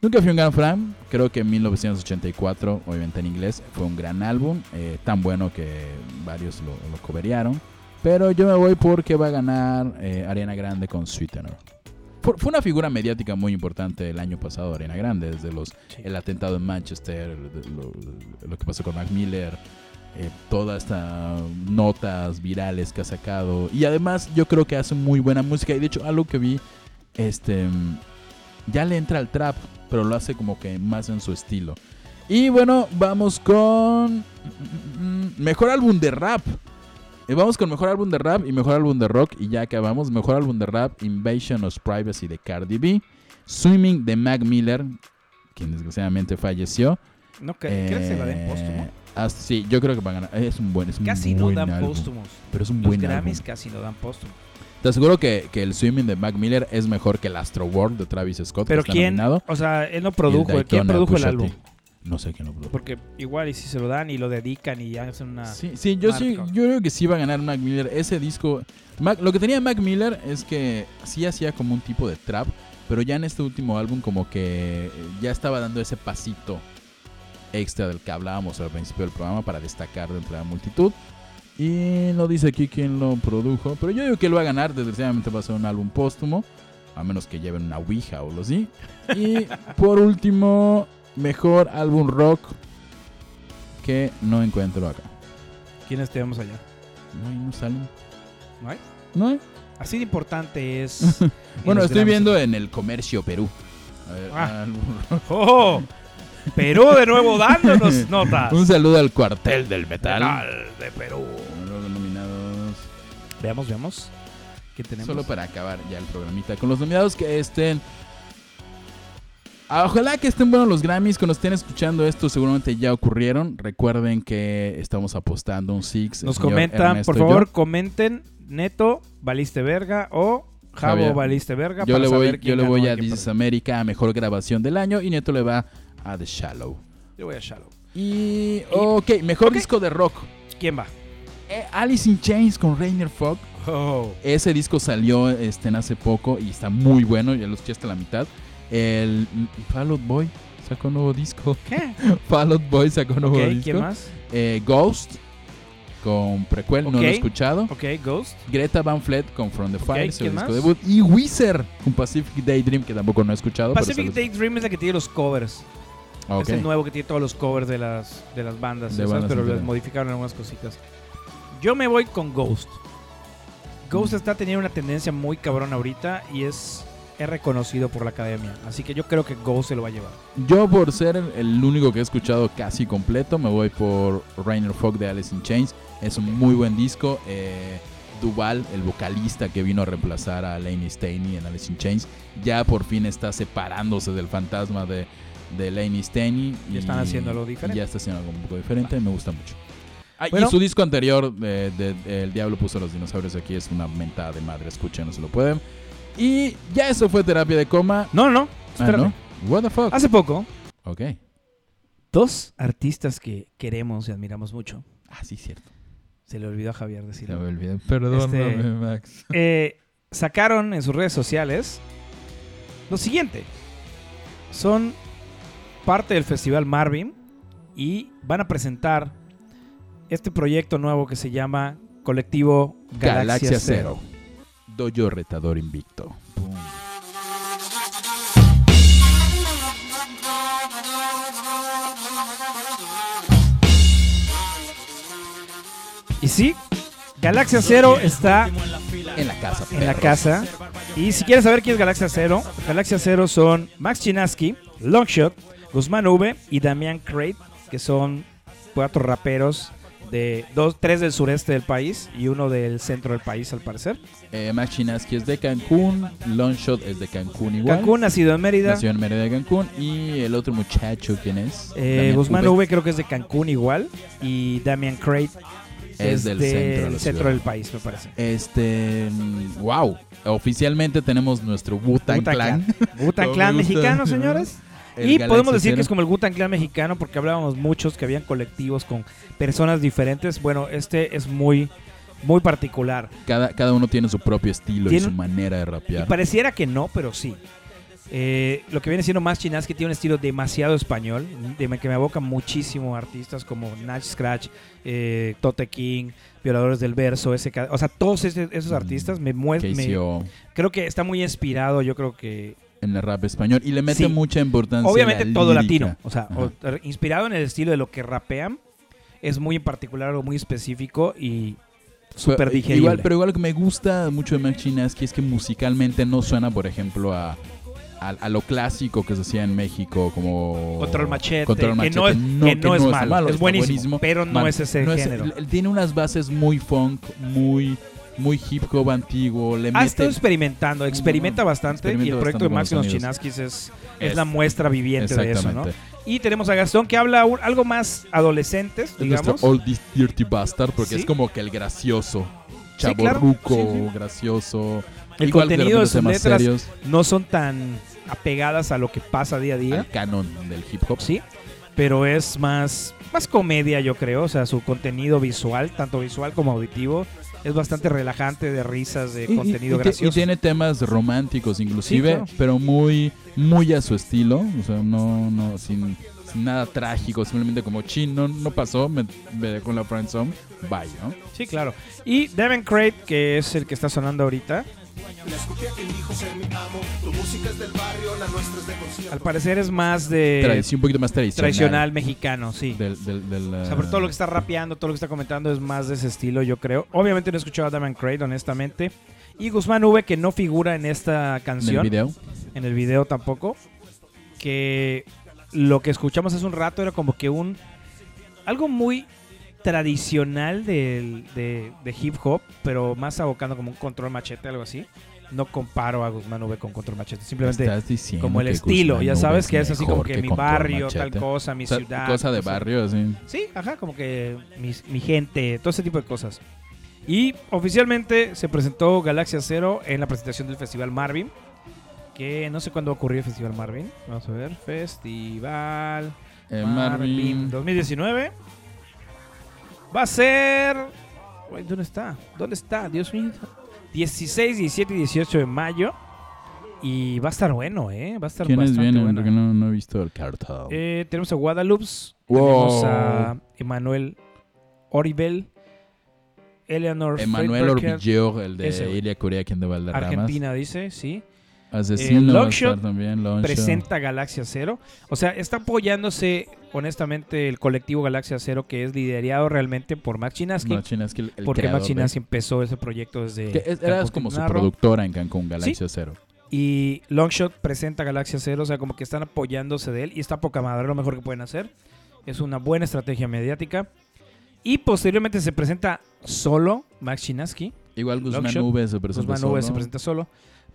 Nunca fui un gran fan, creo que en 1984, obviamente en inglés, fue un gran álbum, eh, tan bueno que varios lo, lo coverearon. Pero yo me voy porque va a ganar eh, Ariana Grande con Sweetener. Fu- Fue una figura mediática muy importante el año pasado, Ariana Grande, desde los
Sí.
el atentado en Manchester, lo, lo- lo que pasó con Mac Miller, eh, todas estas notas virales que ha sacado. Y además yo creo que hace muy buena música. Y de hecho algo que vi, este, mm, ya le entra al trap, pero lo hace como que más en su estilo. Y bueno, vamos con mm, mm, mm, mejor álbum de rap. Eh, Vamos con mejor álbum de rap y mejor álbum de rock. Y ya acabamos. Mejor álbum de rap, Invasion of Privacy de Cardi B. Swimming de Mac Miller, quien desgraciadamente falleció.
No, cre- ¿crees que se la den
Eh,
póstumo?
ah, sí, yo creo que van a ganar. Es un buen, es un
Casi no
buen
dan
álbum,
póstumos.
Pero es un
Los
buen
Grammys
álbum.
casi no dan póstumos.
Te aseguro que, que el Swimming de Mac Miller es mejor que el Astro World de Travis Scott,
Pero
que está
quién,
nominado.
o sea, él no
y el
produjo, ¿quién
Daytona
produjo el
Pusha T.
álbum?
No sé quién lo produjo.
Porque igual y si se lo dan y lo dedican y ya hacen una...
Sí, sí, yo sí,
Hardcore.
yo creo que sí va a ganar Mac Miller. Ese disco. Mac- lo que tenía Mac Miller es que sí hacía como un tipo de trap, pero ya en este último álbum, como que eh, ya estaba dando ese pasito extra del que hablábamos al principio del programa para destacar dentro de la multitud. Y no dice aquí quién lo produjo, pero yo digo que él va a ganar. Desgraciadamente va a ser un álbum póstumo, a menos que lleven una Ouija o lo así. Y por último, mejor álbum rock que no encuentro acá.
¿Quiénes tenemos allá?
No, ahí no salen.
¿No hay?
No hay.
Así de importante es... en
Bueno,
los
estoy
Grammys.
viendo en el comercio Perú. A ver,
Ah.
álbum-
¡Oh! Perú de nuevo
Pues,
dándonos notas.
Un saludo al cuartel del metal.
Metal de Perú.
Los nominados.
Veamos, veamos. ¿Qué tenemos?
Solo para acabar ya el programita. Con los nominados que estén. Ah, Ojalá que estén buenos los Grammys. Cuando estén escuchando esto, seguramente ya ocurrieron. Recuerden que estamos apostando un Six. el
Nos
señor
comentan,
Ernesto
por
y yo.
favor, comenten Neto, Valiste Verga o Javo
Javier.
Valiste Verga.
Yo
para
le voy,
saber
yo
quién
le voy
ganó y
a
quién
This is America, a mejor grabación del año. Y Neto le va a The Shallow.
perdió. Yo voy a Shallow.
Y. Ok, mejor
Ok.
disco de rock.
¿Quién va?
Eh, Alice in Chains con Rainer Fogg.
Oh.
Ese disco salió este, en hace poco y está muy bueno. Ya lo escuché hasta la mitad. El mm, Fall Out Boy sacó un nuevo disco.
¿Qué?
Fall Out Boy sacó un nuevo
Ok,
disco.
¿quién más?
Eh, Ghost con Prequel, no
Ok.
lo he escuchado.
Ok, Ghost.
Greta Van Fleet con From the
Ok,
Fire, su
¿quién
disco
más?
debut. Y Wizard con Pacific Daydream, que tampoco no he escuchado. pero
Pacific
se los-
Daydream es la que tiene los covers.
Ah, ok.
Es el nuevo que tiene todos los covers de las, de las bandas,
De
esas,
bandas
pero les
diferentes.
modificaron algunas cositas. Yo me voy con Ghost.
Mm.
Ghost está teniendo una tendencia muy cabrón ahorita y es, es reconocido por la academia. Así que yo creo que Ghost se lo va a llevar.
Yo por ser el, el único que he escuchado casi completo, me voy por Rainer Fogg de Alice in Chains. Es un muy buen disco. Eh, Duval, el vocalista que vino a reemplazar a Laney Staney en Alice in Chains, ya por fin está separándose del fantasma de, de Laney Staney.
Ya están haciendo algo diferente.
Ya está haciendo algo un poco diferente, me gusta mucho. Ah,
Bueno.
y su disco anterior, eh, de- de El Diablo puso a los dinosaurios aquí, es una mentada de madre, escuchen, no se lo pueden. Y ya eso fue terapia de coma.
No, no,
Ah,
espérame. Ah.
¿no? What the fuck?
Hace poco,
Ok.
dos artistas que queremos y admiramos mucho.
Ah, sí, cierto.
Se le olvidó a Javier
Se
decirlo.
me olvidó. Perdóname,
Este-
Max.
Eh, sacaron en sus redes sociales lo siguiente. Son parte del Festival Marvin y van a presentar este proyecto nuevo que se llama Colectivo Galaxia, Cero.
Doyo retador invicto. Pum.
Y sí, Galaxia Zero está
En la casa.
en la
perros.
casa. Y si quieres saber quién es Galaxia Zero, Galaxia Zero son Max Chinaski, Longshot, Guzmán V y Damián Crate, que son cuatro raperos de dos, tres del sureste del país y uno del centro del país al parecer.
Eh, Max Chinaski es de Cancún. Longshot es de Cancún igual.
Cancún, nacido en Mérida.
Nació en Mérida de Cancún. Y el otro muchacho, ¿quién es?
Eh,
Damián
Guzmán
V.
V creo que es de Cancún igual y Damian Crate
Es del centro de la ciudad.
del país, me parece.
Este. mm, Wow. Oficialmente tenemos nuestro Wu-Tang Clan.
Wu-Tang
No,
Clan
me gusta.
mexicano, señores.
El
y
Galaxy
podemos decir que es
Zero.
como el Wu-Tang Clan mexicano porque hablábamos muchos que habían colectivos con personas diferentes. Bueno, este es muy, muy particular.
Cada, cada uno tiene su propio estilo y
Tiene-
su manera de
Y
rapear.
pareciera que no, pero sí. Eh, lo que viene siendo más chinás que tiene un estilo demasiado español, de- que me aboca muchísimo a artistas como Nash Scratch, eh, Tote King, Violadores del Verso, SK, o sea, todos ese- esos
Mm,
artistas me muestran.
KCO
Creo que está muy inspirado, yo creo que
en el rap español. Y le mete
Sí.
mucha importancia.
Obviamente
la
todo
lírica.
latino. O sea,
Ajá.
o- er, inspirado en el estilo de lo que rapean. Es muy en particular, algo muy específico y súper
Pero-
digerible.
Igual, pero igual lo que me gusta mucho de Max Chinaski es que musicalmente no suena, por ejemplo, a, a, a lo clásico que se hacía en México, como.
Control Machete,
Control
que
Machete.
no es- que no es malo, es
está
buenísimo, pero no es ese género.
él- él Tiene unas bases muy funk, muy, muy hip hop antiguo. Le
ha estado
mete
experimentando, experimenta
Mm,
bastante y el
experimenta bastante
proyecto de
con
Max
los
los
sonidos.
Chinaskis es, es
Es-
la muestra viviente de eso, ¿no? Y tenemos a Gastón que habla un- algo más adolescentes,
Es nuestro
digamos.
All This Dirty Bastard, porque
Sí.
es como que el gracioso.
Sí, claro.
Chaborruco,
Sí,
gracioso.
El
Igual que
contenido de
repente
sus
temas
letras
serios,
No son tan apegadas a lo que pasa día a día.
al canon del hip hop.
sí, pero es más, más comedia, yo creo. O sea, su contenido visual, tanto visual como auditivo, es bastante relajante de risas, de
Y- y-
contenido
y, te-
gracioso.
y tiene temas románticos inclusive,
Sí, claro.
pero muy, muy a su estilo. O sea, no, no, sin, sin nada trágico, simplemente como chin, no, no pasó, me, me dejó en la friendzone, bye, ¿no?
Sí, claro. Y Devin Crate, que es el que está sonando ahorita,
La escopia que elijo ser mi amo. Tu música es del barrio, la nuestra es de concierto.
al parecer es más de
Tradición- un poquito más
Eh, tradicional
tradicional.
mexicano, sí.
Del, del, del, eh,
o sea, por todo lo que está rapeando, todo lo que está comentando es más de ese estilo, yo creo. Obviamente no he escuchado a Devin Crate, honestamente. Y Guzmán V, que no figura en esta
en el
canción.
video.
en el video tampoco. Que lo que escuchamos hace un rato era como que un. Algo muy tradicional del- de, de hip hop, pero más abocando como un control machete, algo así. No comparo a Guzmán V con control machete, simplemente
Estás diciendo
como el
que
estilo.
Guzmán
Ya
Nube
sabes que es así
mejor
como que, mi
Control
barrio,
Machete.
tal cosa, mi
O sea,
ciudad.
Cosa de
o sea,
barrio, así.
Sí, ajá, como que mi, mi gente, todo ese tipo de cosas. Y oficialmente se presentó Galaxia Zero en la presentación del Festival Marvin. Que no sé cuándo ocurrió el Festival Marvin. Vamos a ver. Festival
Eh,
Marvin
Marvin.
2019. Va a ser. Güey, ¿Dónde está? ¿Dónde está? Dios mío. 16, 17 y 18 de mayo. Y va a estar bueno, ¿eh? Va a estar
¿Quiénes
bastante
vienen?
bueno.
Porque no, no he visto el cartel.
Eh, tenemos a Guadalupe.
Wow.
Tenemos a Emanuel Oribel. Eleanor
Emanuel
Friedberger,
Orvilleo, el de
ese güey.
Ilia Curiaquín de Valderramas.
Argentina, Eh, dice, sí.
Asesino va a
Longshot
estar también, Longshot.
Presenta Galaxia Cero. O sea, está apoyándose, honestamente, el colectivo Galaxia Cero, que es liderado realmente por Max Chinaski.
Max Chinaski, el- el
porque
creador
Max
de-
Chinaski empezó ese proyecto desde.
Que es- eras como su
Narro.
productora en Cancún, Galaxia Cero.
Y Longshot presenta Galaxia Zero, o sea, como que están apoyándose de él y está poca madre, lo mejor que pueden hacer. Es una buena estrategia mediática. Y posteriormente se presenta solo Max Chinaski.
Igual Guzmán
Longshot,
Nube se presenta
Guzmán Nube
solo.
se presenta solo.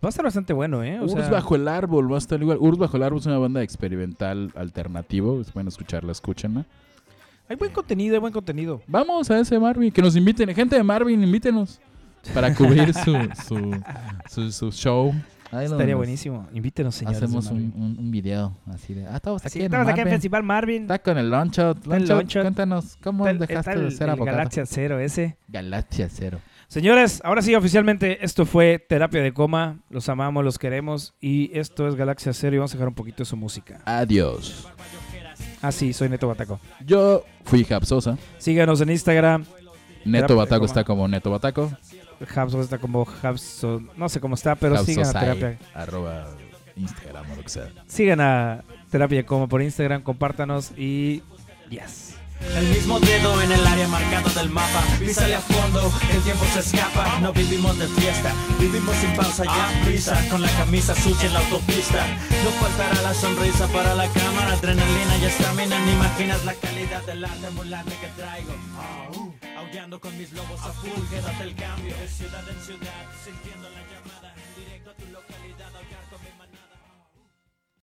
Va a estar bastante bueno, ¿eh? O
Urs
sea,
Uh, Bajo el Árbol va a estar igual. Urs Bajo el Árbol es una banda experimental alternativo. Si pueden escucharla, escúchenla.
hay buen contenido, hay buen contenido.
Vamos a ese Marvin, que nos inviten. Gente de Marvin, invítenos. Para cubrir su, su, su, su show. Ahí lo
Estaría
vemos.
buenísimo. Invítenos, señores.
Hacemos
de
un,
Marvin.
un, un video así de. Ah, estamos aquí
Sí,
en
estamos acá en
Marvin.
Festival Marvin.
Está con el Longshot.
el
Longshot,
Longshot.
cuéntanos, ¿cómo
Está el-
dejaste
está el-
de ser
el
abogado? Galaxia.
Galaxia Cero ese.
Cero.
Señores, ahora sí, oficialmente esto fue Terapia de Coma. Los amamos, los queremos. Y esto es Galaxia Cero y vamos a dejar un poquito de su música.
Adiós.
Ah, sí, soy Neto Bataco.
Yo fui Japsosa.
Síganos en Instagram.
Neto
Terapia de
Bataco
coma.
está como Neto Bataco.
Habson está como Habson. No sé cómo está, pero sigan a
Hapsosai,
Terapia.
Arroba Instagram o lo que sea.
Sigan a Terapia de Coma por Instagram, compártanos y. Yes.
El mismo dedo en el área marcado del mapa. Písale a fondo, el tiempo se escapa. No vivimos de fiesta, vivimos sin pausa ya prisa. Con la camisa sucia en la autopista. No faltará la sonrisa para la cámara. Adrenalina y estamina. Ni imaginas la calidad del arte ambulante que traigo. Au, aullando con mis lobos a full. Quédate el cambio. De ciudad en ciudad, sintiendo la llamada. Directo a tu